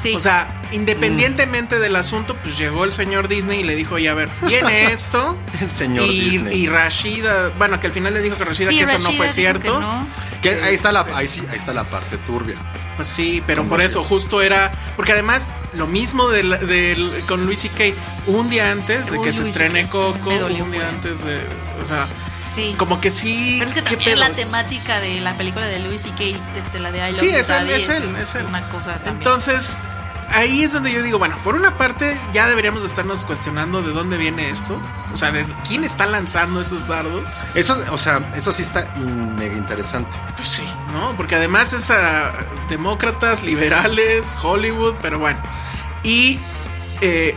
Speaker 7: Sí.
Speaker 6: O sea, independientemente del asunto, pues llegó el señor Disney y le dijo, oye, a ver, viene esto.
Speaker 5: El señor
Speaker 6: y,
Speaker 5: Disney.
Speaker 6: y Rashida, bueno, que al final le dijo que Rashida
Speaker 7: Sí,
Speaker 6: que eso
Speaker 7: Rashida
Speaker 6: no fue
Speaker 7: dijo
Speaker 6: cierto.
Speaker 7: que no.
Speaker 5: Que ahí está la, ahí sí, ahí está la parte turbia.
Speaker 6: Pues sí, pero por eso justo era, porque además lo mismo del, del- con Luis y Kay, un día antes de
Speaker 7: Uy,
Speaker 6: que se
Speaker 7: Louis
Speaker 6: estrene
Speaker 7: CK,
Speaker 6: Coco,
Speaker 7: me dolió
Speaker 6: un día
Speaker 7: mucho.
Speaker 6: antes de, o sea,
Speaker 7: Sí.
Speaker 6: como que sí.
Speaker 7: Pero es que
Speaker 6: ¿qué
Speaker 7: también la
Speaker 6: pedos?
Speaker 7: temática de la película de Louis C.K., este, la de I Love
Speaker 6: Sí,
Speaker 7: You,
Speaker 6: es él,
Speaker 7: Daddy,
Speaker 6: es él, es él.
Speaker 7: una cosa también.
Speaker 6: Entonces, ahí es donde yo digo, bueno, por una parte ya deberíamos de estarnos cuestionando de dónde viene esto, o sea, de quién está lanzando esos dardos.
Speaker 5: Eso, o sea, eso sí está in- mega interesante.
Speaker 6: Pues sí, ¿no? Porque además es a demócratas, liberales, Hollywood, pero bueno. Y, eh,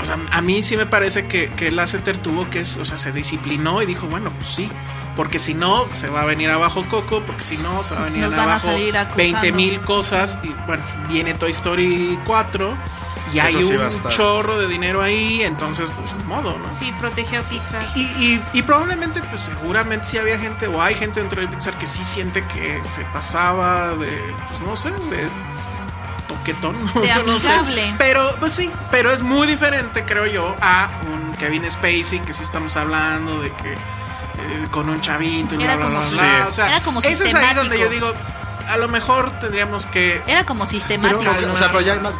Speaker 6: o sea, a mí sí me parece que, que Lasseter tuvo que, es- o sea, se disciplinó y dijo, bueno, pues sí. Porque si no, se va a venir abajo Coco, porque si no, se va a venir
Speaker 7: Nos van a
Speaker 6: abajo
Speaker 7: salir acusando.
Speaker 6: 20 mil cosas. Y bueno, viene Toy Story 4 y hay
Speaker 5: Eso sí va a
Speaker 6: un
Speaker 5: estar.
Speaker 6: chorro de dinero ahí, entonces, pues, ni modo, ¿no?
Speaker 7: Sí, protegió a Pixar.
Speaker 6: Y, y- y probablemente, pues seguramente sí había gente o hay gente dentro de Pixar que sí siente que se pasaba de, pues no sé, de toquetón.
Speaker 7: De
Speaker 6: yo no sé.
Speaker 7: amigable.
Speaker 6: Pero, pues sí, pero es muy diferente, creo yo, a un Kevin Spacey, que sí estamos hablando de que eh, con un chavito y bla,
Speaker 7: Era
Speaker 6: bla, bla,
Speaker 7: como
Speaker 6: bla.
Speaker 7: si-
Speaker 6: O sea,
Speaker 7: era como
Speaker 6: ese es ahí donde
Speaker 7: sistemático.
Speaker 6: yo digo, a lo mejor tendríamos que...
Speaker 7: Era como
Speaker 5: Pero,
Speaker 7: sistemático.
Speaker 5: creo que-
Speaker 7: ¿no?
Speaker 5: o sea, pero ya además,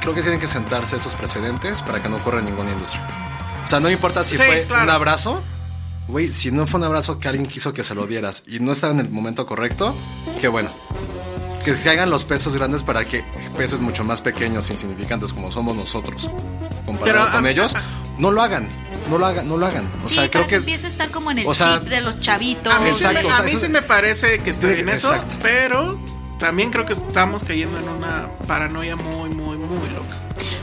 Speaker 5: creo que tienen que sentarse esos precedentes para que no ocurra en ninguna industria. O sea, no importa si
Speaker 6: Sí,
Speaker 5: fue
Speaker 6: claro.
Speaker 5: un abrazo. Güey, si no fue un abrazo que alguien quiso que se lo dieras y no estaba en el momento correcto, qué bueno. Que caigan los pesos grandes para que peces mucho más pequeños, insignificantes como somos nosotros, comparado
Speaker 6: Pero,
Speaker 5: con
Speaker 6: ah,
Speaker 5: ellos,
Speaker 6: ah,
Speaker 5: no lo hagan, no lo hagan, no lo hagan. O sea,
Speaker 7: sí,
Speaker 5: creo
Speaker 7: para que
Speaker 5: que
Speaker 7: empieza a estar como en el
Speaker 5: o sea,
Speaker 7: chip de los chavitos.
Speaker 6: A mí, sí me-
Speaker 5: Exacto,
Speaker 6: a
Speaker 5: o sea,
Speaker 6: mí
Speaker 5: eso-
Speaker 6: sí me parece que está
Speaker 5: Tiene-
Speaker 6: bien eso,
Speaker 5: exacto.
Speaker 6: pero también creo que estamos cayendo en una paranoia muy, muy, muy loca.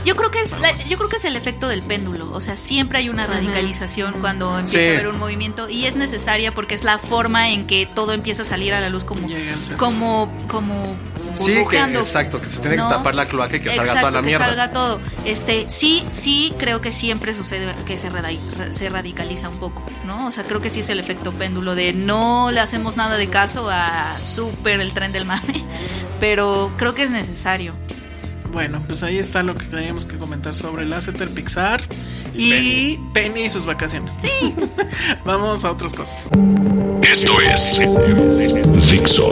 Speaker 7: Yo creo que es la- yo creo que es el efecto del péndulo, o sea, siempre hay una radicalización cuando empieza
Speaker 5: Sí.
Speaker 7: a haber un movimiento y es necesaria porque es la forma en que todo empieza a salir a la luz como
Speaker 6: Llega al centro.
Speaker 7: como como
Speaker 5: Sí, que-
Speaker 7: burbujeando.
Speaker 5: exacto, que se tiene que
Speaker 7: ¿no?
Speaker 5: tapar la cloaca y que salga
Speaker 7: Exacto,
Speaker 5: toda la
Speaker 7: que
Speaker 5: mierda.
Speaker 7: salga todo. Este, sí, sí creo que siempre sucede que se, radi- se radicaliza un poco, ¿no? O sea, creo que sí es el efecto péndulo de no le hacemos nada de caso a súper el tren del mame, pero creo que es necesario.
Speaker 6: Bueno, pues ahí está lo que teníamos que comentar sobre Lasseter Pixar y Penny. y sus vacaciones. Sí. Vamos a otras cosas.
Speaker 4: Esto es Dixo.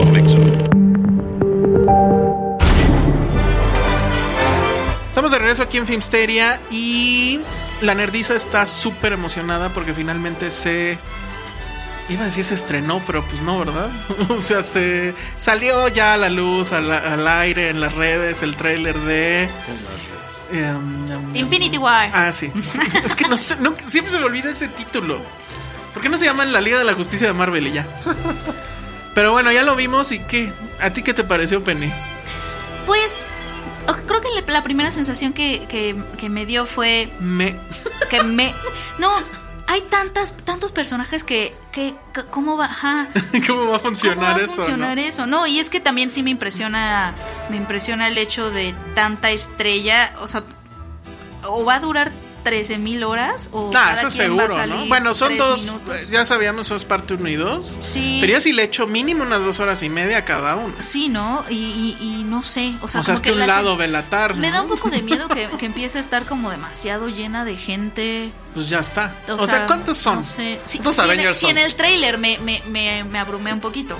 Speaker 6: Estamos de regreso aquí en Filmsteria y la nerdiza está súper emocionada porque finalmente se iba a decir se estrenó, pero pues no, ¿verdad? o sea, se salió ya a la luz, a la- al aire, en las redes, el tráiler de em,
Speaker 7: Infinity War.
Speaker 6: Ah, sí. es que no sé, no- siempre se me olvida ese título. ¿Por qué no se llaman la Liga de la Justicia de Marvel y ya? Pero bueno, ya lo vimos y qué. ¿A ti qué te pareció, Penny?
Speaker 7: Pues o- creo que la, la primera sensación que, que- que me dio fue
Speaker 6: Me.
Speaker 7: que me... No, hay tantas, tantos personajes que... que c- ¿Cómo va? Ajá.
Speaker 6: ¿Cómo va a
Speaker 7: ¿Cómo va
Speaker 6: funcionar
Speaker 7: a
Speaker 6: eso? no?
Speaker 7: funcionar eso? No, y es que también sí me impresiona, me impresiona el hecho de tanta estrella, o sea, o va a durar 13.000 mil horas o
Speaker 6: Ah,
Speaker 7: cada
Speaker 6: eso
Speaker 7: quien va a
Speaker 6: seguro,
Speaker 7: salir
Speaker 6: ¿no? Bueno, son
Speaker 7: tres
Speaker 6: dos.
Speaker 7: minutos.
Speaker 6: eh, Ya sabíamos, eso es parte uno y dos.
Speaker 7: Sí.
Speaker 6: Pero yo sí le echo mínimo unas dos horas y media a cada uno.
Speaker 7: Sí, ¿no? Y, y- y no sé, o sea,
Speaker 6: O sea,
Speaker 7: como
Speaker 6: hasta
Speaker 7: que
Speaker 6: un
Speaker 7: la
Speaker 6: lado,
Speaker 7: sen-
Speaker 6: velatar.
Speaker 7: Me
Speaker 6: ¿no?
Speaker 7: da un poco de miedo que, que empiece a estar como demasiado llena de gente.
Speaker 6: Pues ya está.
Speaker 7: O,
Speaker 6: O, sea, ¿cuántos son?
Speaker 7: No sé. Sí,
Speaker 5: ¿Cuántos
Speaker 7: sí, en el-
Speaker 5: Avengers
Speaker 7: sí, en
Speaker 5: son?
Speaker 7: el tráiler me, me, me, me abrumé un poquito.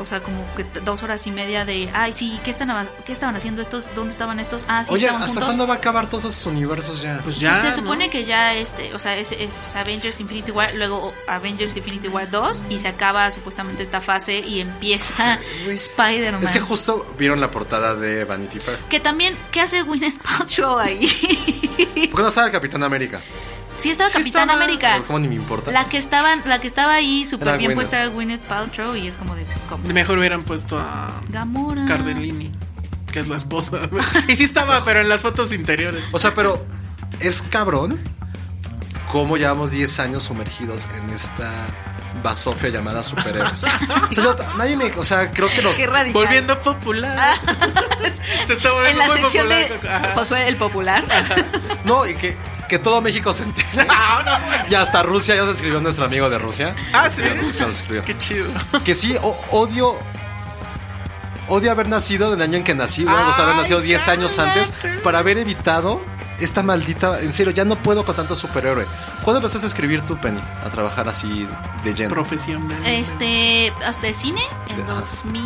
Speaker 7: O sea, como que t- dos horas y media de, ay, sí, ¿qué, están, av- ¿qué estaban haciendo estos? ¿Dónde estaban estos? Ah, sí,
Speaker 5: Oye,
Speaker 7: estaban
Speaker 5: ¿hasta
Speaker 7: juntos.
Speaker 5: cuándo va Ah, a acabar todos esos universos ya?
Speaker 6: Pues
Speaker 7: Pues
Speaker 6: ya.
Speaker 7: se supone que ya este, o sea, es, es Avengers Infinity War, luego Avengers Infinity War 2 y se acaba supuestamente esta fase y empieza Spider-Man.
Speaker 5: es que justo vieron la portada de Vanity Fair.
Speaker 7: Que también, ¿qué hace Gwyneth Paltrow ahí?
Speaker 5: ¿Por qué no estaba el Capitán América?
Speaker 7: sí estaba
Speaker 6: Sí
Speaker 7: Capitán
Speaker 6: estaba-
Speaker 7: América.
Speaker 5: ¿Cómo ni me importa?
Speaker 7: Ah. La que estaba, la que estaba ahí súper
Speaker 5: Era
Speaker 7: bien
Speaker 5: Gwyneth. Mm.
Speaker 7: puesta era Gwyneth Paltrow y es como de ¿cómo?
Speaker 6: Mejor hubieran puesto a
Speaker 7: Gamora.
Speaker 6: Cardellini, que es la esposa. y sí estaba, pero en las fotos interiores.
Speaker 5: O sea, pero es cabrón cómo llevamos 10 años sumergidos en esta basofia llamada superhéroes. o sea, yo, nadie me, o sea, creo que los
Speaker 7: Qué radical.
Speaker 6: Volviendo popular. se está volviendo
Speaker 7: Ah, en la
Speaker 6: muy
Speaker 7: sección
Speaker 6: popular.
Speaker 7: de
Speaker 6: Ajá.
Speaker 7: Josué el popular.
Speaker 5: no y que, que todo México se entere. Y hasta Rusia ya nos escribió nuestro amigo de Rusia.
Speaker 6: Ah, sí.
Speaker 5: Ya nos- nos escribió.
Speaker 6: Qué chido.
Speaker 5: Que sí, o- odio. Odio haber nacido del año en que nací, güey. O sea, haber
Speaker 6: Ay,
Speaker 5: nacido 10 años antes
Speaker 6: cállate.
Speaker 5: para haber evitado esta maldita. En serio, ya no puedo con tanto superhéroe. ¿Cuándo empezaste a escribir tu Penny? A trabajar así de lleno.
Speaker 6: Profesión. de-
Speaker 7: Este, hasta de cine en
Speaker 5: Ajá.
Speaker 7: 2000,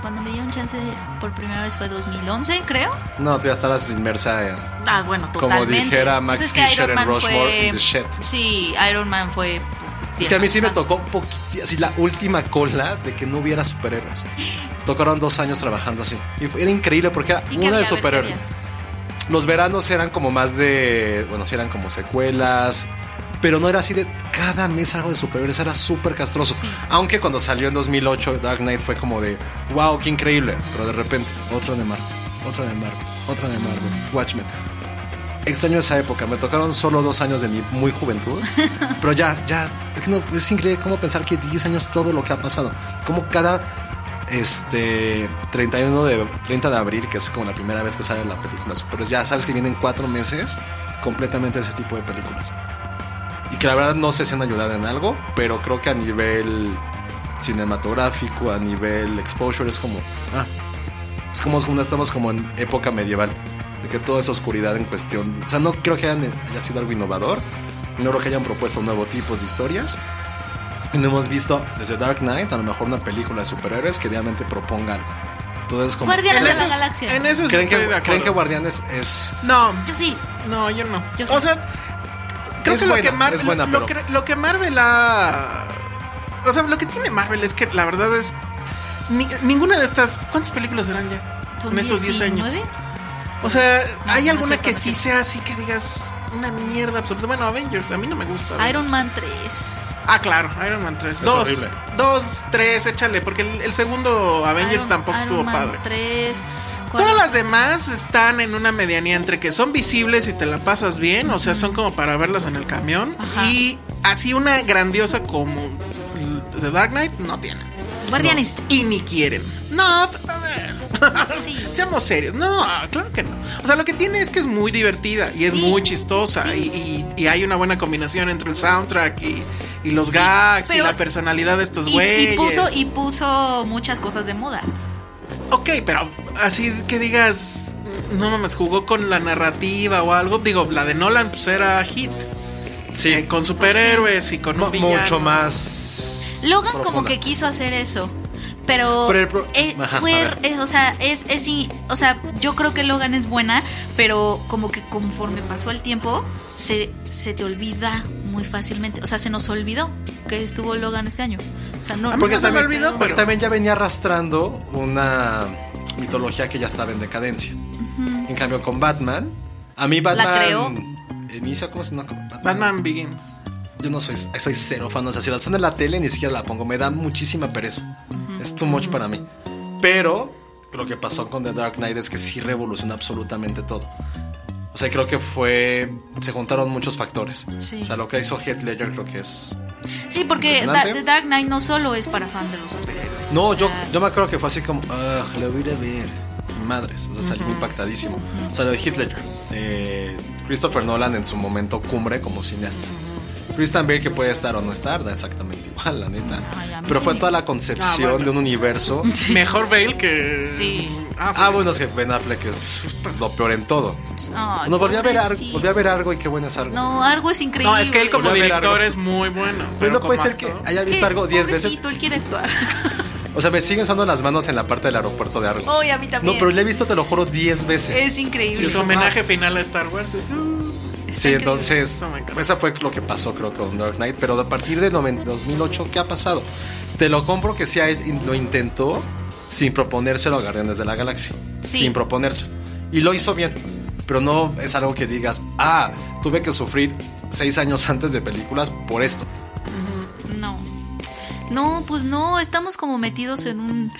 Speaker 7: cuando me dieron chance por primera vez fue 2011, creo.
Speaker 5: No, tú ya estabas inmersa. eh.
Speaker 7: Ah, bueno,
Speaker 5: Como
Speaker 7: totalmente.
Speaker 5: dijera Max
Speaker 7: Pues es que
Speaker 5: Fisher
Speaker 7: Iron
Speaker 5: en
Speaker 7: Man
Speaker 5: Rushmore,
Speaker 7: fue-
Speaker 5: in the shit.
Speaker 7: Sí, Iron Man fue. pues,
Speaker 5: Es que a mí sí me
Speaker 7: antes.
Speaker 5: tocó un poquito, así la última cola de que no hubiera superhéroes. Tocaron dos años trabajando así. Y fue- era increíble porque era
Speaker 7: ¿Y qué
Speaker 5: una de
Speaker 7: había? A ver, ¿qué
Speaker 5: superhéroes.
Speaker 7: había?
Speaker 5: Los veranos eran como más de. Bueno, sí eran como secuelas. Pero no era así de cada mes algo de superhéroes, era súper castroso.
Speaker 7: Sí.
Speaker 5: Aunque cuando salió en 2008 Dark Knight fue como de wow, qué increíble. Pero de repente, otro de Marvel, otro de Marvel, otro de Marvel, Watchmen. Extraño esa época, me tocaron solo dos años de mi muy juventud. pero ya, ya, es, que no, es increíble cómo pensar que 10 años todo lo que ha pasado. Como cada este 31 de 30 de abril, que es como la primera vez que sale la película Pero ya sabes que vienen cuatro meses completamente ese tipo de películas. Y que la verdad no sé si han ayudado en algo, pero creo que a nivel cinematográfico, a nivel exposure, es como. Ah, es como cuando estamos como en época medieval, de que toda esa oscuridad en cuestión. O sea, no creo que hayan- haya sido algo innovador, no creo que hayan propuesto nuevos tipos de historias. Y no hemos visto desde Dark Knight, a lo mejor una película de superhéroes que realmente proponga algo. Entonces, como.
Speaker 7: Guardianes
Speaker 6: En
Speaker 7: de la
Speaker 6: eso,
Speaker 7: Galaxia.
Speaker 6: en eso sí
Speaker 5: ¿Creen
Speaker 6: estoy de
Speaker 5: que,
Speaker 6: acuerdo.
Speaker 5: ¿Creen que Guardianes es
Speaker 6: No,
Speaker 7: Yo sí.
Speaker 6: no, yo no.
Speaker 7: Yo sí.
Speaker 6: o sea, creo
Speaker 5: Es
Speaker 6: que, lo,
Speaker 5: buena,
Speaker 6: que Mar-
Speaker 5: es buena,
Speaker 6: lo,
Speaker 5: pero-
Speaker 6: que, lo que Marvel ha. O sea, lo que tiene Marvel es que la verdad es. ni- ninguna de estas. ¿Cuántas películas serán ya?
Speaker 7: Son
Speaker 6: en estos 10 años.
Speaker 7: 19.
Speaker 6: O sea,
Speaker 7: No,
Speaker 6: ¿hay
Speaker 7: no es
Speaker 6: alguna
Speaker 7: cierto,
Speaker 6: que
Speaker 7: no es
Speaker 6: sí
Speaker 7: cierto.
Speaker 6: sea así que digas una mierda absoluta? Bueno, Avengers, a mí no me gusta.
Speaker 7: Iron Man 3.
Speaker 6: Ah, claro, Iron Man 3.
Speaker 5: Es
Speaker 6: dos,
Speaker 5: horrible.
Speaker 6: dos, tres, échale, porque el, el segundo Avengers
Speaker 7: Iron-
Speaker 6: tampoco
Speaker 7: Iron
Speaker 6: estuvo
Speaker 7: Man
Speaker 6: padre.
Speaker 7: 3. cuatro-
Speaker 6: Todas las demás están en una medianía entre que son visibles y te la pasas bien, o sea, son como para verlas en el camión.
Speaker 7: Ajá.
Speaker 6: Y así una grandiosa como The Dark Knight no tienen.
Speaker 7: Guardianes.
Speaker 6: Y ni quieren. No, pero a ver.
Speaker 7: Sí.
Speaker 6: Seamos serios. No, claro que no. O sea, lo que tiene es que es muy divertida y es
Speaker 7: Sí.
Speaker 6: muy chistosa.
Speaker 7: Sí.
Speaker 6: Y, y- y hay una buena combinación entre el soundtrack y, y los gags y
Speaker 7: pero-
Speaker 6: la personalidad de estos
Speaker 7: Y,
Speaker 6: güeyes.
Speaker 7: y puso, y puso muchas cosas de moda.
Speaker 6: Ok, pero así que digas, no mames, jugó con la narrativa o algo. Digo, la de Nolan pues era hit.
Speaker 5: Sí.
Speaker 6: Eh, con superhéroes y con
Speaker 5: mu-
Speaker 6: un villano.
Speaker 5: mucho más.
Speaker 7: Logan como
Speaker 5: profunda.
Speaker 7: que quiso hacer eso. Pero,
Speaker 5: Pero el pro-
Speaker 7: eh,
Speaker 5: Ajá, a
Speaker 7: fue,
Speaker 5: ver.
Speaker 7: eh, o sea, es, es, in- o sea, yo creo que Logan es buena, pero como que conforme pasó el tiempo, se, se te olvida muy fácilmente. O sea, se nos olvidó que estuvo Logan este año. O sea, no,
Speaker 6: A mí
Speaker 7: no
Speaker 6: no se me
Speaker 7: nos
Speaker 6: olvidó,
Speaker 7: pegó.
Speaker 5: Ah, Porque
Speaker 6: pero-
Speaker 5: también ya venía arrastrando una mitología que ya estaba en decadencia. En cambio, con Batman, a mí Batman.
Speaker 7: creó.
Speaker 5: Inicia como si no. como Batman.
Speaker 6: Batman Begins.
Speaker 5: Yo no soy, soy cero fan. O sea, si la están en la tele, ni siquiera la pongo. Me da muchísima pereza. Es too much para mí. Pero lo que pasó con The Dark Knight es que sí revolucionó absolutamente todo. O sea, creo que fue. Se juntaron muchos factores.
Speaker 7: Sí.
Speaker 5: O sea, lo que hizo Heath Ledger creo que es
Speaker 7: Sí, porque Da-
Speaker 5: Impresionante.
Speaker 7: The Dark Knight no solo es para fan de los superhéroes.
Speaker 5: No,
Speaker 7: o
Speaker 5: yo,
Speaker 7: sea,
Speaker 5: yo me acuerdo que fue así como, ah, lo voy a ir a ver. Madres, o sea, salí impactadísimo. O sea, lo de Hitler, eh, Christopher Nolan en su momento cumbre como cineasta. Christian Bale que puede estar o no estar, da exactamente igual, la neta.
Speaker 7: Ay, a mí
Speaker 5: Pero
Speaker 7: sí
Speaker 5: fue
Speaker 7: me-
Speaker 5: toda la concepción
Speaker 6: Ah, bueno.
Speaker 5: de un universo.
Speaker 6: Mejor Bale que.
Speaker 7: Sí.
Speaker 5: Ah, bueno, es que Ben Affleck es lo peor en todo.
Speaker 7: ay,
Speaker 5: No, volví a, ver ar-
Speaker 7: pobrecito.
Speaker 5: volví a ver algo y qué bueno es algo.
Speaker 7: No, algo es increíble.
Speaker 6: No, es que él como
Speaker 5: Volvió a ver
Speaker 6: director
Speaker 5: algo.
Speaker 6: es muy bueno.
Speaker 5: Pero
Speaker 6: Pero
Speaker 5: Pues no puede
Speaker 6: como
Speaker 5: ser que
Speaker 6: actor-
Speaker 5: haya
Speaker 7: Es
Speaker 5: visto
Speaker 7: que,
Speaker 5: algo 10 veces.
Speaker 7: pobrecito, él quiere actuar.
Speaker 5: O O sea, me siguen usando las manos en la parte del aeropuerto de Arlen.
Speaker 7: Oye, a mí también.
Speaker 5: no, pero le he visto, te lo juro, 10 veces.
Speaker 7: Es increíble.
Speaker 6: Y su
Speaker 5: "Ah".
Speaker 6: homenaje final a Star Wars es, uh,
Speaker 7: Está
Speaker 5: Sí,
Speaker 7: increíble.
Speaker 5: entonces,
Speaker 6: Oh my God.
Speaker 5: esa fue lo que pasó creo con Dark Knight, pero a partir de noven- 2008, ¿qué ha pasado? Te lo compro que sí ha- lo intentó sin proponérselo a Guardianes de la Galaxia,
Speaker 7: Sí.
Speaker 5: sin proponerse. Y lo hizo bien, pero no es algo que digas, ah, tuve que sufrir seis años antes de películas por esto.
Speaker 7: No. No, pues no, estamos como metidos en un.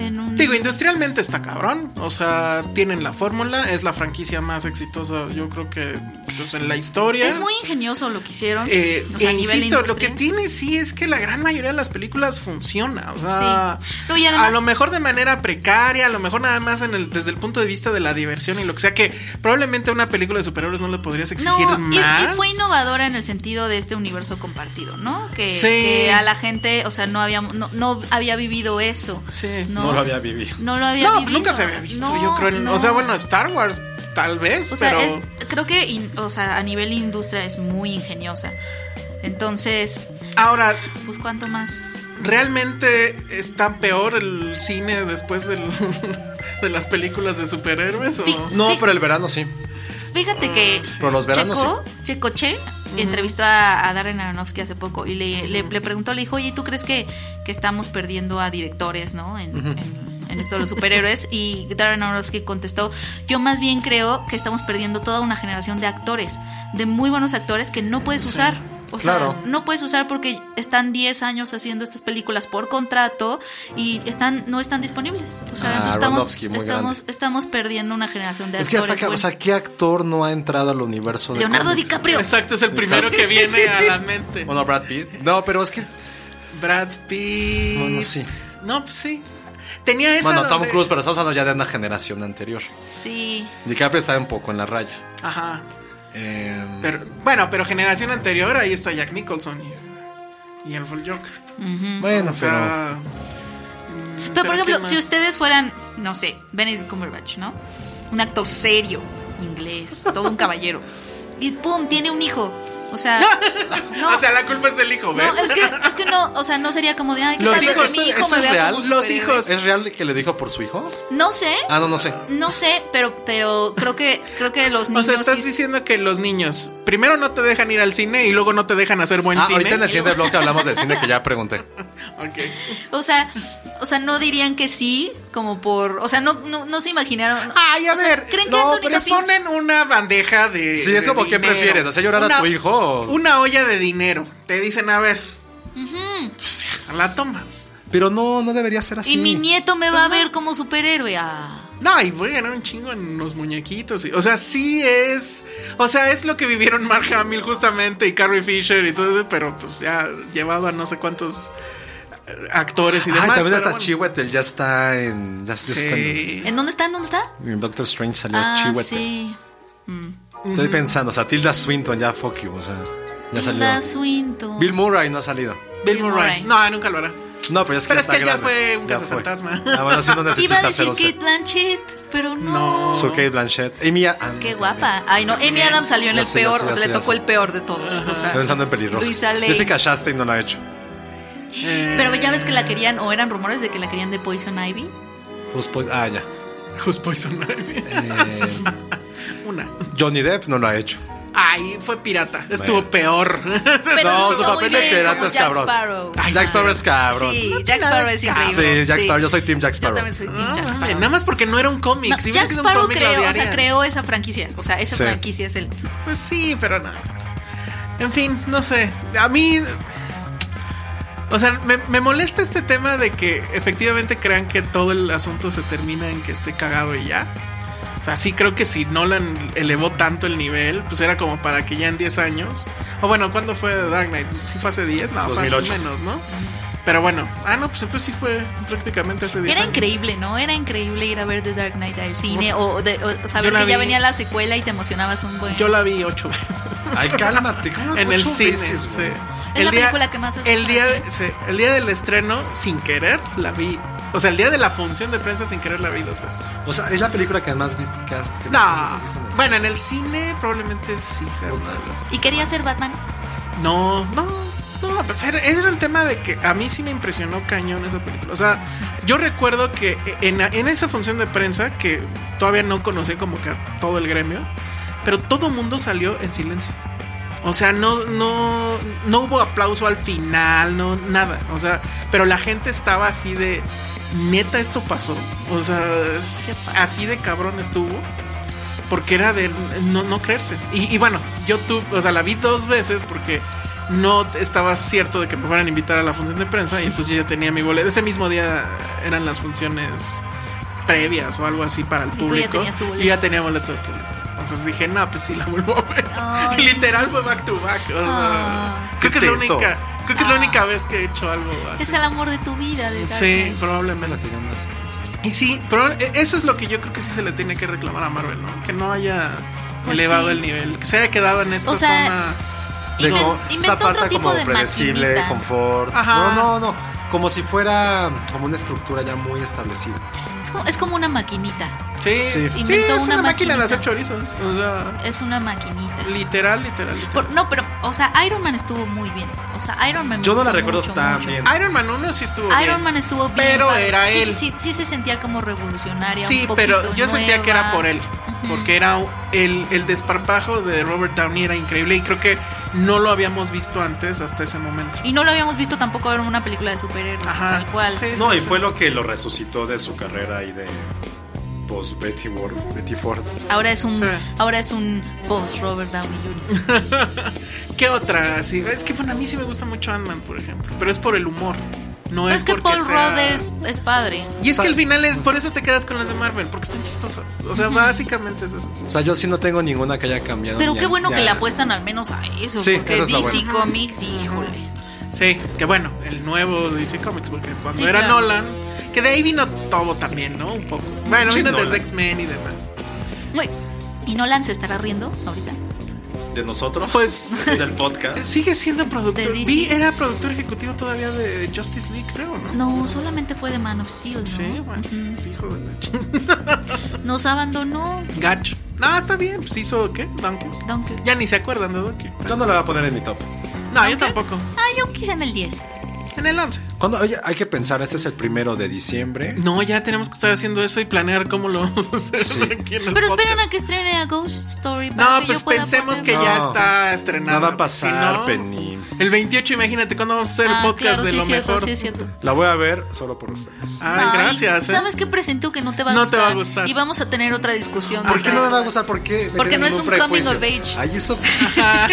Speaker 7: En un
Speaker 6: Digo, industrialmente está cabrón. O sea, tienen la fórmula. Es la franquicia más exitosa, yo creo que pues, en la historia.
Speaker 7: es muy ingenioso lo que hicieron.
Speaker 6: Eh,
Speaker 7: o sea, a
Speaker 6: e
Speaker 7: nivel
Speaker 6: insisto, lo que
Speaker 7: industria.
Speaker 6: tiene sí es que la gran mayoría de las películas funciona. O sea,
Speaker 7: Sí. No, y además-
Speaker 6: a lo mejor de manera precaria, a lo mejor nada más en el, desde el punto de vista de la diversión y lo que sea, que probablemente una película de superhéroes no le podrías exigir
Speaker 7: No, y, y
Speaker 6: más.
Speaker 7: fue innovadora en el sentido de este universo compartido, ¿no? Que,
Speaker 6: Sí.
Speaker 7: que a la gente, o sea, no había, no, no había vivido eso.
Speaker 6: Sí.
Speaker 7: No,
Speaker 5: No lo había vivido.
Speaker 7: No lo había
Speaker 6: No,
Speaker 7: vivido.
Speaker 6: nunca se había visto,
Speaker 7: No,
Speaker 6: yo creo. en-
Speaker 7: no.
Speaker 6: O sea, bueno, Star Wars, tal vez,
Speaker 7: O sea,
Speaker 6: pero.
Speaker 7: es- creo que in- o sea, a nivel industria es muy ingeniosa. Entonces,
Speaker 6: Ahora,
Speaker 7: pues cuánto más.
Speaker 6: ¿realmente está peor el cine después del- de las películas de superhéroes?
Speaker 7: Sí.
Speaker 6: O...
Speaker 5: No, pero el verano sí.
Speaker 7: Fíjate que
Speaker 5: Pero los veranos
Speaker 7: Checo, Checo Che entrevistó a, a Darren Aronofsky hace poco y le, le- le preguntó, le dijo, oye, ¿tú crees que, que estamos perdiendo a directores, no? En, en- en esto de los superhéroes. Y Darren Aronofsky contestó, yo más bien creo que estamos perdiendo toda una generación de actores, de muy buenos actores que no puedes usar. O sea,
Speaker 5: Claro.
Speaker 7: no puedes usar porque están 10 años haciendo estas películas por contrato y están no están disponibles. O sea,
Speaker 5: Ah,
Speaker 7: entonces estamos,
Speaker 5: Aronofsky, muy
Speaker 7: estamos, estamos perdiendo una generación de
Speaker 5: Es que
Speaker 7: actores.
Speaker 5: hasta acá, o
Speaker 7: buenos.
Speaker 5: sea, ¿qué actor no ha entrado al universo de
Speaker 7: Leonardo
Speaker 5: cómics?
Speaker 7: DiCaprio.
Speaker 6: Exacto, es el primero que viene a la mente.
Speaker 5: Bueno, Brad Pitt. No, pero es que
Speaker 6: Brad Pitt.
Speaker 5: Bueno, sí.
Speaker 6: No, pues sí. Tenía esa.
Speaker 5: bueno, Tom
Speaker 6: donde-
Speaker 5: Cruise, pero estamos hablando ya de una generación anterior.
Speaker 7: Sí.
Speaker 5: DiCaprio estaba un poco en la raya.
Speaker 6: Ajá.
Speaker 5: Em,
Speaker 6: Pero, bueno, pero generación anterior, ahí está Jack Nicholson y, y el Full Joker.
Speaker 7: Mm.
Speaker 5: bueno,
Speaker 6: O sea. mm,
Speaker 7: Pero,
Speaker 6: ¿pero qué
Speaker 7: por ejemplo,
Speaker 6: más?
Speaker 7: si ustedes fueran, no sé, Benedict Cumberbatch, ¿no? Un actor serio, inglés, todo un caballero. Y pum, tiene un hijo. O sea, no,
Speaker 6: O sea, la culpa es del hijo, ¿ves?
Speaker 7: no, es que, es que no, o sea, no sería como de, ay, ¿qué
Speaker 5: Los
Speaker 7: tal
Speaker 5: hijos,
Speaker 7: que mi hijo
Speaker 5: ¿eso
Speaker 7: me
Speaker 5: es
Speaker 7: vea
Speaker 5: real?
Speaker 7: como
Speaker 6: Los
Speaker 7: superhéroe?
Speaker 6: hijos. eh,
Speaker 5: pero- ¿Es real que le dijo por su hijo?
Speaker 7: No sé,
Speaker 5: Ah, no, no sé.
Speaker 7: no sé, pero, pero creo que, creo que los
Speaker 6: O
Speaker 7: niños.
Speaker 6: sea, estás
Speaker 7: sí-
Speaker 6: diciendo que los niños primero no te dejan ir al cine y luego no te dejan hacer buen
Speaker 5: Ah,
Speaker 6: cine.
Speaker 5: ahorita en el siguiente bloque hablamos del cine que ya pregunté.
Speaker 6: Ok.
Speaker 7: o sea, o sea, no dirían que sí, como por, o sea, no, no, no se imaginaron.
Speaker 6: Ay, a
Speaker 7: O sea,
Speaker 6: ver.
Speaker 7: ¿creen que
Speaker 6: no,
Speaker 7: Anthony
Speaker 6: pero
Speaker 7: Hopkins-
Speaker 6: ponen una bandeja de.
Speaker 5: Sí, es
Speaker 6: de
Speaker 5: como, ¿qué
Speaker 6: dinero.
Speaker 5: prefieres, hacer llorar a tu hijo o-
Speaker 6: Una olla de dinero. Te dicen, a ver. pues, la tomas.
Speaker 5: Pero no, no debería ser así.
Speaker 7: Y mi nieto me va a ver como superhéroe. Ah.
Speaker 6: No, y voy a ganar un chingo en los muñequitos. y- O sea, sí es. O sea, es lo que vivieron Mark Hamill justamente y Carrie Fisher y todo eso, pero pues ya llevado a no sé cuántos eh, actores y
Speaker 5: Ay,
Speaker 6: demás.
Speaker 5: también
Speaker 6: pero
Speaker 5: hasta
Speaker 6: bueno.
Speaker 5: Chiwetel ya está en. Ya, ya está en-
Speaker 6: Sí.
Speaker 7: ¿En dónde está? ¿En dónde está?
Speaker 5: en Doctor Strange salió
Speaker 7: Ah,
Speaker 5: Chiwetel.
Speaker 7: sí.
Speaker 5: Estoy pensando, o sea, Tilda Swinton ya fuck you, o sea, ya salió.
Speaker 7: Tilda Swinton.
Speaker 5: Bill Murray no ha salido.
Speaker 6: Bill
Speaker 7: Bill
Speaker 6: Murray.
Speaker 7: Murray.
Speaker 6: No, nunca lo hará.
Speaker 5: No, pero ya es que ya
Speaker 6: Pero es
Speaker 5: está
Speaker 6: que ya
Speaker 5: grande.
Speaker 6: fue un
Speaker 5: Ya
Speaker 6: cazafantasma.
Speaker 5: Ah, bueno, sí no
Speaker 7: Iba
Speaker 5: necesita
Speaker 7: a decir
Speaker 5: hacer once.
Speaker 7: Kate Blanchett, pero no.
Speaker 6: No.
Speaker 5: Su Kate Blanchett. Amy Adams.
Speaker 7: Qué guapa. Ay, no. Amy Adams salió en
Speaker 5: Ya
Speaker 7: el
Speaker 5: sé, ya
Speaker 7: peor.
Speaker 5: sé,
Speaker 7: o
Speaker 5: ya
Speaker 7: sea,
Speaker 5: sé,
Speaker 7: le
Speaker 5: ya
Speaker 7: tocó
Speaker 5: sé.
Speaker 7: el peor de todos. O sea,
Speaker 5: Pensando en pelirroja.
Speaker 7: Luisa Lane.
Speaker 5: Jessica Chastain no lo ha hecho.
Speaker 7: Pero ya ves que la querían, o eran rumores de que la querían de Poison Ivy.
Speaker 5: Who's po- ah, ya.
Speaker 6: Who's Poison Ivy.
Speaker 5: Eh.
Speaker 6: Una.
Speaker 5: Johnny Depp no lo ha hecho.
Speaker 6: Ay, fue pirata. Estuvo
Speaker 5: Bueno.
Speaker 6: peor.
Speaker 7: Pero
Speaker 5: No,
Speaker 7: lo
Speaker 5: su
Speaker 7: hizo
Speaker 5: papel
Speaker 7: muy
Speaker 5: de
Speaker 7: bien
Speaker 5: pirata
Speaker 7: como
Speaker 5: es
Speaker 7: Jack
Speaker 5: cabrón.
Speaker 7: Sparrow.
Speaker 5: Ay,
Speaker 7: Ah.
Speaker 5: Jack Sparrow es cabrón.
Speaker 7: Sí, Jack Sparrow es increíble.
Speaker 5: Sí, Jack Sparrow, yo soy Team Jack Sparrow. Ah,
Speaker 7: Yo también soy Team
Speaker 6: No,
Speaker 7: Jack
Speaker 6: mames,
Speaker 7: Sparrow.
Speaker 6: nada más porque no era un cómic.
Speaker 7: No,
Speaker 6: si hubiera
Speaker 7: Jack
Speaker 6: sido un
Speaker 7: Sparrow
Speaker 6: cómic, lo
Speaker 7: creó, o sea,
Speaker 6: odiaría.
Speaker 7: creó esa franquicia. O sea, esa
Speaker 5: Sí.
Speaker 7: franquicia es el.
Speaker 6: Pues sí, pero no. En fin, no sé. A mí. O sea, me, me molesta este tema de que efectivamente crean que todo el asunto se termina en que esté cagado y ya. O sea, sí creo que si Nolan elevó tanto el nivel, pues era como para que ya en 10 años. O bueno, ¿cuándo fue Dark Knight? ¿Sí fue hace 10? No, fue
Speaker 5: 2008.
Speaker 6: hace menos, ¿no? Pero bueno. Ah, no, pues entonces sí fue prácticamente hace 10
Speaker 7: Era
Speaker 6: años.
Speaker 7: increíble, ¿no? Era increíble ir a ver The Dark Knight al cine o, de- o- o saber
Speaker 6: Yo la
Speaker 7: que ya
Speaker 6: vi.
Speaker 7: venía la secuela y te emocionabas un buen.
Speaker 6: Yo la vi ocho veces.
Speaker 5: Ay, cálmate. ¿cómo
Speaker 6: en el
Speaker 5: ocho
Speaker 6: cine.
Speaker 5: veces,
Speaker 6: sí.
Speaker 5: güey?
Speaker 7: Es la película que más has
Speaker 6: el
Speaker 7: visto,
Speaker 6: día, sí,
Speaker 7: ¿sí?
Speaker 6: el día del estreno, sin querer, la vi. O sea, el día de la función de prensa, sin querer, la vi dos veces.
Speaker 5: O sea, es la película que más viste. Que has, que
Speaker 6: No.
Speaker 5: más has visto en el cine.
Speaker 6: Bueno, en el cine probablemente sí sea una de las-
Speaker 7: ¿Y quería ser Batman?
Speaker 6: No, no. No, pues era, ese era el tema de que a mí sí me impresionó cañón esa película. O sea, yo recuerdo que en, en esa función de prensa, que todavía no conocí como que a todo el gremio, pero todo mundo salió en silencio. O sea, no, no, no hubo aplauso al final, no, nada. O sea, pero la gente estaba así de neta, esto pasó. O sea, s- así de cabrón estuvo. Porque era de no, no creerse. Y, y bueno, yo tuve, o sea, la vi dos veces porque no estaba cierto de que me fueran a invitar a la función de prensa. Y entonces yo ya tenía mi boleto. Ese mismo día eran las funciones previas o algo así para el
Speaker 7: Y tú ya
Speaker 6: público.
Speaker 7: tenías tu boleto.
Speaker 6: Yo ya tenía boleto de público. Entonces dije, no, pues sí la vuelvo a ver.
Speaker 7: Ay.
Speaker 6: Literal fue back to back. O sea,
Speaker 7: Ah.
Speaker 6: creo que es la
Speaker 5: Qué teto.
Speaker 6: única, creo que es la
Speaker 7: Ah.
Speaker 6: única vez que he hecho algo así.
Speaker 7: Es el amor de tu vida.
Speaker 6: Sí,
Speaker 7: De Dark Knight.
Speaker 5: Me
Speaker 6: probablemente.
Speaker 5: la quería más. este,
Speaker 6: Y sí, pero e- eso es lo que yo creo que sí se le tiene que reclamar a Marvel, ¿no? Que no haya
Speaker 7: Pues
Speaker 6: elevado
Speaker 7: sí.
Speaker 6: el nivel, que se haya quedado en esta
Speaker 7: O sea,
Speaker 5: de
Speaker 7: Inven-
Speaker 5: como-
Speaker 7: inventó
Speaker 5: esa parte
Speaker 7: otro tipo
Speaker 5: como
Speaker 7: de
Speaker 5: predecible,
Speaker 7: maquinita.
Speaker 5: confort.
Speaker 6: Ajá.
Speaker 5: No, no, no. Como si fuera como una estructura ya muy establecida.
Speaker 7: Es como, es como una maquinita.
Speaker 6: zona. Sí,
Speaker 5: Sí.
Speaker 6: sí,
Speaker 7: Inventó
Speaker 6: es una,
Speaker 7: una
Speaker 6: máquina de hacer
Speaker 7: maquinita.
Speaker 6: chorizos. O sea,
Speaker 7: Es una maquinita.
Speaker 6: literal, literal, literal.
Speaker 7: Por- no, pero, o sea, Iron Man estuvo muy bien. O sea, Iron Man. me
Speaker 5: Yo no la
Speaker 7: gustó
Speaker 5: recuerdo
Speaker 7: mucho,
Speaker 5: tan
Speaker 7: mucho.
Speaker 5: bien.
Speaker 6: Iron Man 1 sí estuvo
Speaker 7: Iron
Speaker 6: bien.
Speaker 7: Man estuvo bien.
Speaker 6: Pero
Speaker 7: padre.
Speaker 6: era
Speaker 7: Sí,
Speaker 6: él.
Speaker 7: Sí, sí, sí se sentía como revolucionaria.
Speaker 6: Sí,
Speaker 7: un poquito
Speaker 6: pero yo sentía que era
Speaker 7: nueva.
Speaker 6: por él.
Speaker 7: Ujú.
Speaker 6: Porque era u- el, el desparpajo de Robert Downey era increíble y creo que no lo habíamos visto antes hasta ese momento.
Speaker 7: Y no lo habíamos visto tampoco en una película de superhéroes.
Speaker 6: Ajá,
Speaker 7: Tal cual.
Speaker 6: sí, sí.
Speaker 8: No, y fue lo que lo resucitó de su carrera y de
Speaker 5: pues,
Speaker 8: post Betty, Ward, Betty Ford.
Speaker 7: Ahora es un,
Speaker 6: Sí.
Speaker 7: ahora es un post Robert Downey Jr.
Speaker 6: ¿Qué otra? Sí, es que bueno, a mí sí me gusta mucho Ant-Man, por ejemplo. Pero es por el humor. No
Speaker 7: Pero
Speaker 6: es,
Speaker 7: es que
Speaker 6: porque
Speaker 7: Paul
Speaker 6: sea-
Speaker 7: Rogers es padre.
Speaker 6: Y es que al final, eh, por eso te quedas con las de Marvel, porque están chistosas. O sea, básicamente es eso.
Speaker 5: O sea, yo sí no tengo ninguna que haya cambiado.
Speaker 7: Pero
Speaker 5: ni
Speaker 7: qué
Speaker 5: a-
Speaker 7: bueno
Speaker 5: ni
Speaker 7: que
Speaker 5: a-
Speaker 7: le apuestan al menos a eso.
Speaker 5: Sí,
Speaker 7: porque
Speaker 5: eso está
Speaker 7: DC
Speaker 5: bueno.
Speaker 7: Comics, híjole.
Speaker 6: Sí, que bueno, el nuevo DC Comics, porque cuando
Speaker 7: Sí,
Speaker 6: era
Speaker 7: claro.
Speaker 6: Nolan, que de ahí vino todo también, ¿no? Un poco. Bueno,
Speaker 5: Sí,
Speaker 6: vino desde
Speaker 5: Nolan.
Speaker 6: X-Men y demás.
Speaker 7: Güey, ¿Y Nolan se estará riendo ahorita?
Speaker 8: ¿De nosotros?
Speaker 6: Pues-
Speaker 8: Del podcast.
Speaker 6: Sigue siendo productor.
Speaker 7: Ah. De DC.
Speaker 6: Vi era productor ejecutivo todavía de Justice League, creo, ¿no?
Speaker 7: No, solamente fue de Man of Steel. ¿no?
Speaker 6: Sí, bueno,
Speaker 7: Ujú.
Speaker 6: hijo de la ch-
Speaker 7: Nos abandonó
Speaker 6: Gacho. No, está bien, pues hizo, ¿qué? Dunkirk.
Speaker 7: Dunkirk.
Speaker 6: Ya ni se acuerdan de Dunkirk.
Speaker 5: Yo no la voy a poner en mi top.
Speaker 6: No, yo
Speaker 7: ¿Dunkirk?
Speaker 6: tampoco.
Speaker 7: Ah, yo quise en el 10.
Speaker 6: En el 11.
Speaker 5: Cuando, oye, hay que pensar, este es el primero de diciembre.
Speaker 6: No, ya tenemos que estar haciendo eso y planear cómo lo vamos a hacer
Speaker 5: Sí.
Speaker 6: aquí en el
Speaker 7: Pero esperen
Speaker 6: podcast.
Speaker 7: a que estrene a Ghost Story. para
Speaker 6: No,
Speaker 7: que
Speaker 6: pues
Speaker 7: yo pueda
Speaker 6: pensemos que
Speaker 7: ponerlo.
Speaker 6: ya
Speaker 5: No.
Speaker 6: está estrenada.
Speaker 5: Nada va a
Speaker 6: Si
Speaker 5: pasar,
Speaker 6: no,
Speaker 5: Penny.
Speaker 6: El 28, imagínate cuando vamos a hacer
Speaker 7: Ah,
Speaker 6: el podcast
Speaker 7: claro,
Speaker 6: de
Speaker 7: sí
Speaker 6: lo
Speaker 7: es cierto,
Speaker 6: mejor.
Speaker 7: Sí, es cierto.
Speaker 5: La voy a ver solo por ustedes.
Speaker 6: Ay,
Speaker 7: Ay,
Speaker 6: gracias. ¿eh?
Speaker 7: ¿Sabes qué presento que no te va a
Speaker 6: No te
Speaker 7: gustar?
Speaker 6: va a gustar.
Speaker 7: Y vamos a tener otra discusión.
Speaker 5: ¿Por qué
Speaker 7: otra
Speaker 5: no me
Speaker 7: vez.
Speaker 5: va a gustar? ¿Por qué? me
Speaker 7: Porque
Speaker 5: tienen
Speaker 7: no es
Speaker 5: ningún
Speaker 7: un coming
Speaker 5: prejuicio?
Speaker 7: of age.
Speaker 5: Ay, eso.
Speaker 6: Ajá.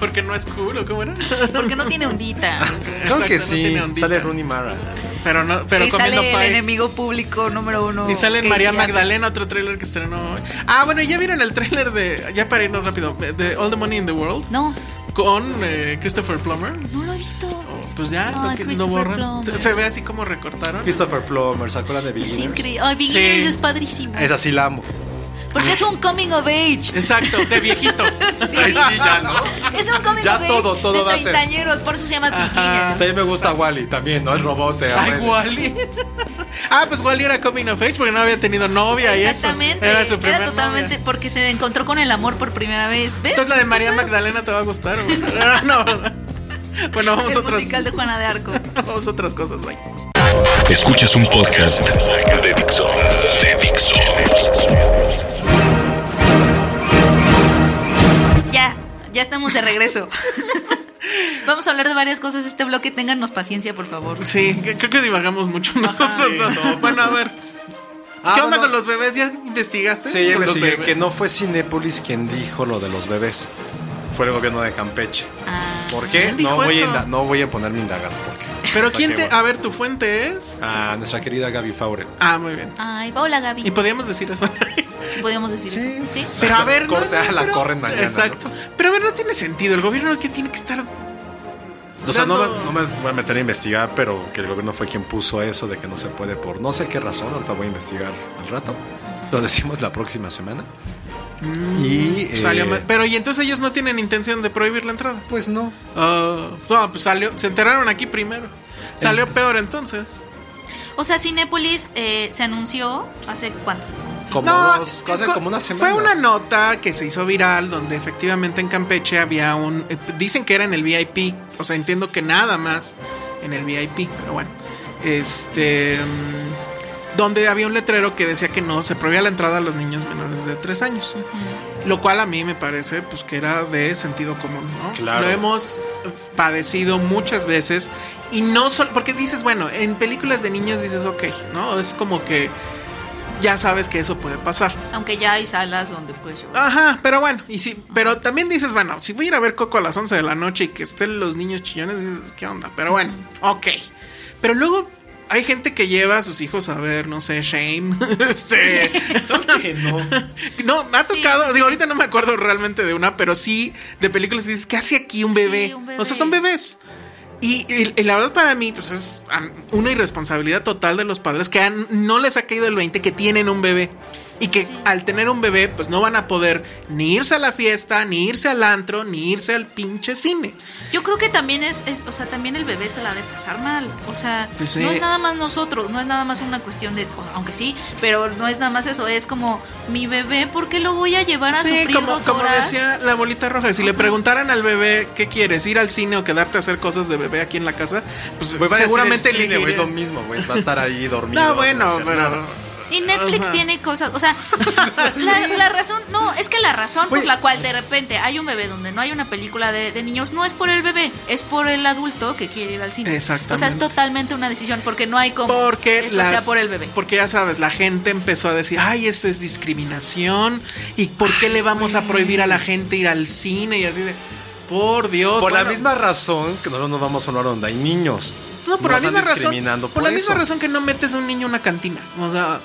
Speaker 6: Porque no es cool, ¿o cómo era?
Speaker 7: Porque no tiene ondita.
Speaker 5: Creo que
Speaker 6: Exacto, no
Speaker 5: sí.
Speaker 6: tiene ondita.
Speaker 5: Sale Rooney Mara.
Speaker 6: Pero no, pero
Speaker 7: y
Speaker 6: comiendo
Speaker 7: sale el
Speaker 6: pie.
Speaker 7: enemigo público número uno.
Speaker 6: Y sale
Speaker 7: que
Speaker 6: María
Speaker 7: sí,
Speaker 6: Magdalena, otro tráiler que estrenó hoy. Ah, bueno, ya vieron el tráiler de, ya para irnos rápido, de All the Money in the World
Speaker 7: No,
Speaker 6: con eh, Christopher Plummer.
Speaker 7: no lo he visto.
Speaker 6: Oh, pues ya,
Speaker 7: Ay,
Speaker 6: lo que- no
Speaker 7: Christopher
Speaker 6: borran.
Speaker 7: Plummer.
Speaker 6: Se, se ve así como recortaron.
Speaker 5: Christopher Plummer, ¿se acuerdan de
Speaker 7: Es
Speaker 5: Beginners?
Speaker 7: increíble. Ay, Beginners
Speaker 6: Sí.
Speaker 7: es padrísimo.
Speaker 5: Esa sí la amo.
Speaker 7: Porque es un coming of age.
Speaker 6: Exacto, de viejito.
Speaker 7: Sí.
Speaker 5: Ay, sí, ya, ¿no?
Speaker 7: Es un coming
Speaker 5: Ya
Speaker 7: of
Speaker 5: todo,
Speaker 7: age
Speaker 5: todo va a
Speaker 7: de
Speaker 5: ser.
Speaker 7: treintañeros, por eso se llama
Speaker 6: Ajá.
Speaker 7: Beginners.
Speaker 5: También me gusta Wally, también, ¿no? El robot. de
Speaker 6: Ah. Ay,
Speaker 5: Arred.
Speaker 6: Wally. Ah, pues Wally era coming of age porque no había tenido novia y eso.
Speaker 7: Exactamente.
Speaker 6: Era su primera
Speaker 7: totalmente
Speaker 6: novia.
Speaker 7: porque se encontró con el amor por primera vez. ¿Ves?
Speaker 6: Entonces la de María
Speaker 7: O sea,
Speaker 6: Magdalena te va a gustar. güey. Ah, no. Bueno, vamos a
Speaker 7: El
Speaker 6: otras.
Speaker 7: musical de Juana de Arco.
Speaker 6: Vamos a otras cosas, bye.
Speaker 4: Escuchas un podcast de Dixo. De Dixo.
Speaker 7: Ya, ya estamos de regreso. Vamos a hablar de varias cosas este bloque. Téngannos paciencia, por favor.
Speaker 6: Sí, que- creo que divagamos mucho nosotros.
Speaker 5: Sí,
Speaker 6: ¿no?
Speaker 5: no, pues
Speaker 6: bueno, a ver.
Speaker 5: Ah,
Speaker 6: ¿Qué onda
Speaker 5: bueno.
Speaker 6: con los bebés? ¿Ya investigaste?
Speaker 5: Sí, ya
Speaker 6: Con los
Speaker 5: investigué
Speaker 6: bebés.
Speaker 5: que no fue Cinépolis quien dijo lo de los bebés. Fue el gobierno de Campeche.
Speaker 7: Ah,
Speaker 5: ¿Por qué?
Speaker 6: ¿Quién dijo
Speaker 5: No voy, a
Speaker 6: eso?
Speaker 5: inda- no voy a ponerme a indagar por qué.
Speaker 6: Pero quién
Speaker 5: Ok,
Speaker 6: te.
Speaker 5: bueno.
Speaker 6: A ver, tu fuente es.
Speaker 5: Ah, nuestra querida Gaby Faure.
Speaker 6: Ah, muy bien.
Speaker 7: Ay, hola
Speaker 6: Y
Speaker 7: Gaby.
Speaker 6: podíamos decir eso.
Speaker 7: Si podíamos decir eso. Sí.
Speaker 6: Pero a ver,
Speaker 5: Corte, ah, la corren mañana,
Speaker 6: Exacto. Pero a ver, no tiene sentido. El gobierno que tiene que estar.
Speaker 5: O sea, no,
Speaker 6: dando-
Speaker 5: me- no me voy a meter a investigar, pero que el gobierno fue quien puso eso de que no se puede por no sé qué razón. Ahorita voy a investigar al rato. Lo decimos la próxima semana. y eh,
Speaker 6: Salió ma- Pero y entonces ellos no tienen intención de prohibir la entrada.
Speaker 5: pues no.
Speaker 6: Ah, no, pues salió. Se enteraron aquí primero. Salió peor entonces.
Speaker 7: O sea, Cinépolis eh, se anunció hace cuánto? Como
Speaker 9: como,
Speaker 6: No,
Speaker 9: dos- hace
Speaker 6: co-
Speaker 9: como una semana.
Speaker 6: Fue una nota que se hizo viral donde efectivamente en Campeche había un. eh, dicen que era en el VIP. O sea, entiendo que nada más en el VIP, pero bueno. Este. mm, Donde había un letrero que decía que no se prohibía la entrada a los niños menores de 3 años. Lo cual a mí me parece pues que era de sentido común, ¿no?
Speaker 5: Claro.
Speaker 6: Lo hemos padecido muchas veces y no solo porque dices, bueno, en películas de niños dices, ok, ¿no? Es como que ya sabes que eso puede pasar.
Speaker 7: Aunque ya hay salas donde puedes llevar.
Speaker 6: Ajá, pero bueno, y si, pero también dices, bueno, si voy a ir a ver Coco a las 11 de la noche y que estén los niños chillones, dices, ¿qué onda? Pero bueno, ok. Pero luego hay gente que lleva a sus hijos a ver, no sé, Shame. este. no. me ha
Speaker 7: Sí,
Speaker 6: tocado,
Speaker 7: sí,
Speaker 6: digo, ahorita no me acuerdo realmente de una, pero sí de películas que dices, ¿qué hace aquí un bebé?
Speaker 7: Sí, un
Speaker 6: O sea, son
Speaker 7: bebé.
Speaker 6: bebés. Y, y- y la verdad para mí, pues es am, una irresponsabilidad total de los padres que han- no les ha caído el 20 que tienen un bebé. Y que
Speaker 7: Sí.
Speaker 6: al tener un bebé, pues no van a poder ni irse a la fiesta, ni irse al antro, ni irse al pinche cine.
Speaker 7: Yo creo que también es, es- o sea, también el bebé se la ha de pasar mal. O sea,
Speaker 6: Pues sí.
Speaker 7: no es nada más nosotros, no es nada más una cuestión de, o- aunque sí, pero no es nada más eso, es como, mi bebé, ¿por qué lo voy a llevar a
Speaker 6: Sí,
Speaker 7: sufrir
Speaker 6: como,
Speaker 7: dos
Speaker 6: como
Speaker 7: horas?
Speaker 6: decía la bolita roja, si le preguntaran al bebé qué quieres, ir al cine o quedarte a hacer cosas de bebé aquí en la casa, pues
Speaker 5: Güey, van a decir
Speaker 6: seguramente
Speaker 5: el cine, güey,
Speaker 6: elegiría-
Speaker 5: es lo mismo, güey. Va a estar ahí dormido.
Speaker 6: No, bueno,
Speaker 5: sin hacer
Speaker 6: pero...
Speaker 5: nada.
Speaker 7: Y Netflix
Speaker 6: Ajá.
Speaker 7: tiene cosas, o sea, la, la razón, no, es que la razón por
Speaker 5: Oye.
Speaker 7: la cual de repente hay un bebé donde no hay una película de, de niños, no es por el bebé, es por el adulto que quiere ir al cine.
Speaker 6: Exactamente.
Speaker 7: O sea, es totalmente una decisión porque no hay como
Speaker 6: Porque
Speaker 7: eso
Speaker 6: las-
Speaker 7: sea por el bebé.
Speaker 6: Porque ya sabes, la gente empezó a decir, ay, esto es discriminación. ¿Y por qué le vamos a prohibir a la gente ir al cine? Y así de, por Dios.
Speaker 5: pues, Por la
Speaker 6: bueno,
Speaker 5: misma razón que nosotros nos vamos a sonar donde hay niños.
Speaker 6: No,
Speaker 5: Nos
Speaker 6: por la
Speaker 5: están
Speaker 6: misma razón.
Speaker 5: discriminando
Speaker 6: Por,
Speaker 5: por
Speaker 6: la
Speaker 5: eso.
Speaker 6: misma razón que no metes a un niño a una cantina. O sea,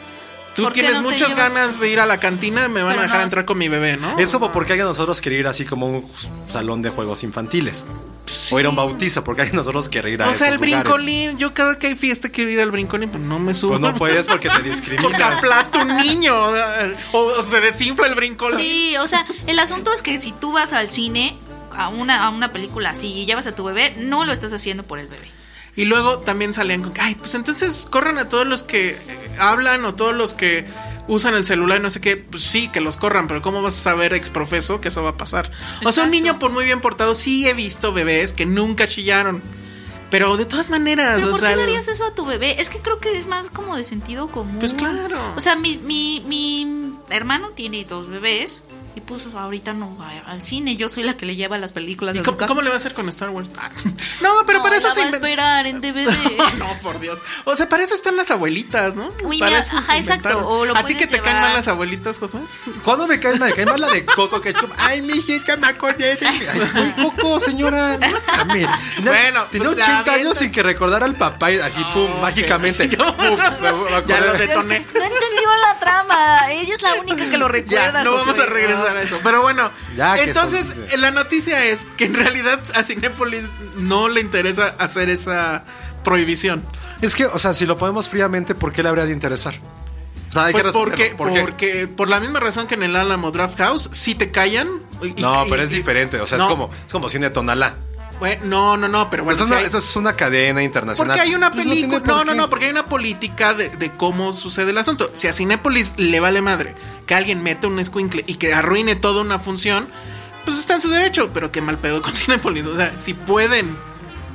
Speaker 6: tú
Speaker 7: ¿Por qué
Speaker 6: tienes
Speaker 7: no te
Speaker 6: muchas
Speaker 7: llevas?
Speaker 6: ganas de ir a la cantina, me van
Speaker 7: Pero
Speaker 6: a dejar
Speaker 7: no.
Speaker 6: entrar con mi bebé, ¿no?
Speaker 5: Es como porque alguien de nosotros quiere ir así como a un salón de juegos infantiles. O ir a un bautizo, porque alguien de nosotros quiere ir a
Speaker 6: o sea,
Speaker 5: esos
Speaker 6: el
Speaker 5: lugares.
Speaker 6: brincolín. Yo cada que hay fiesta quiero ir al brincolín, pero no me subo.
Speaker 5: Pues no puedes porque te
Speaker 6: Porque
Speaker 5: discriminan.
Speaker 6: aplasta un niño. O, o se desinfla el brincolín.
Speaker 7: Sí, o sea, el asunto es que si tú vas al cine a una, a una película así y llevas a tu bebé, no lo estás haciendo por el bebé.
Speaker 6: Y luego también salían con que, ay, pues entonces corran a todos los que eh, hablan o todos los que usan el celular y no sé qué. Pues sí, que los corran, pero ¿cómo vas a saber ex profeso que eso va a pasar? O sea, un
Speaker 7: Exacto.
Speaker 6: niño por muy bien portado, sí he visto bebés que nunca chillaron. Pero de todas maneras,
Speaker 7: ¿Pero
Speaker 6: o
Speaker 7: por
Speaker 6: sea.
Speaker 7: qué le harías eso a tu bebé? Es que creo que es más como de sentido común.
Speaker 6: Pues claro.
Speaker 7: O sea, mi, mi, mi hermano tiene dos bebés y pues ahorita no va al cine. Yo soy la que le lleva las películas
Speaker 6: ¿Y
Speaker 7: a su
Speaker 6: cómo,
Speaker 7: casa.
Speaker 6: cómo le va a hacer con Star Wars? Ah, no, pero para eso
Speaker 7: la
Speaker 6: se
Speaker 7: va a
Speaker 6: inven-
Speaker 7: esperar en DVD.
Speaker 6: no, por Dios. O sea, para eso están las abuelitas, ¿no?
Speaker 7: Uy,
Speaker 6: Para
Speaker 7: mira,
Speaker 6: eso se
Speaker 7: ajá, exacto,
Speaker 6: inventaron.
Speaker 7: o lo
Speaker 6: ¿A ti que te
Speaker 7: puedes
Speaker 6: caen mal
Speaker 7: llevar.
Speaker 6: las abuelitas, Josué?
Speaker 5: ¿Cuándo me caes mal? Me cae mal la de Coco Ketchup. Ay, mi hija, me acordé de. Ay, güey, Coco, señora. no mames.
Speaker 6: Bueno,
Speaker 5: tenía
Speaker 6: pues, la
Speaker 5: 80 años
Speaker 6: avientas.
Speaker 5: sin que recordara al papá y así, pum, mágicamente. Pum, me- me
Speaker 6: Ya
Speaker 5: acordé.
Speaker 6: lo detoné.
Speaker 7: No entendió la trama. Ella es la única que lo
Speaker 6: Ya,
Speaker 7: recuerda.
Speaker 6: no vamos
Speaker 7: Josué.
Speaker 6: a regresar a eso. Pero bueno,
Speaker 5: Ya que
Speaker 6: entonces
Speaker 5: son-
Speaker 6: eh, la noticia es que en realidad a Cinépolis no le interesa hacer esa prohibición.
Speaker 5: Es que, o sea, si lo ponemos fríamente, ¿por qué le habría de interesar? O sea, hay
Speaker 6: Pues
Speaker 5: que
Speaker 6: porque,
Speaker 5: responderlo. ¿Por qué?
Speaker 6: porque por la misma razón que en el Alamo Draft House, si te callan. y-
Speaker 5: No,
Speaker 6: y-
Speaker 5: pero es
Speaker 6: y-
Speaker 5: diferente. O sea,
Speaker 6: No,
Speaker 5: es como es como cine tonalá.
Speaker 6: bueno, no, no, no, pero bueno.
Speaker 5: eso, es
Speaker 6: si
Speaker 5: una,
Speaker 6: hay-
Speaker 5: eso es una cadena internacional.
Speaker 6: Porque hay una
Speaker 5: Pues no tiene
Speaker 6: película.
Speaker 5: por
Speaker 6: No, no,
Speaker 5: qué.
Speaker 6: no, porque hay una política de, de cómo sucede el asunto. Si a Cinépolis le vale madre que alguien meta un escuincle y que arruine toda una función, pues está en su derecho. Pero qué mal pedo con Cinépolis. O sea, si pueden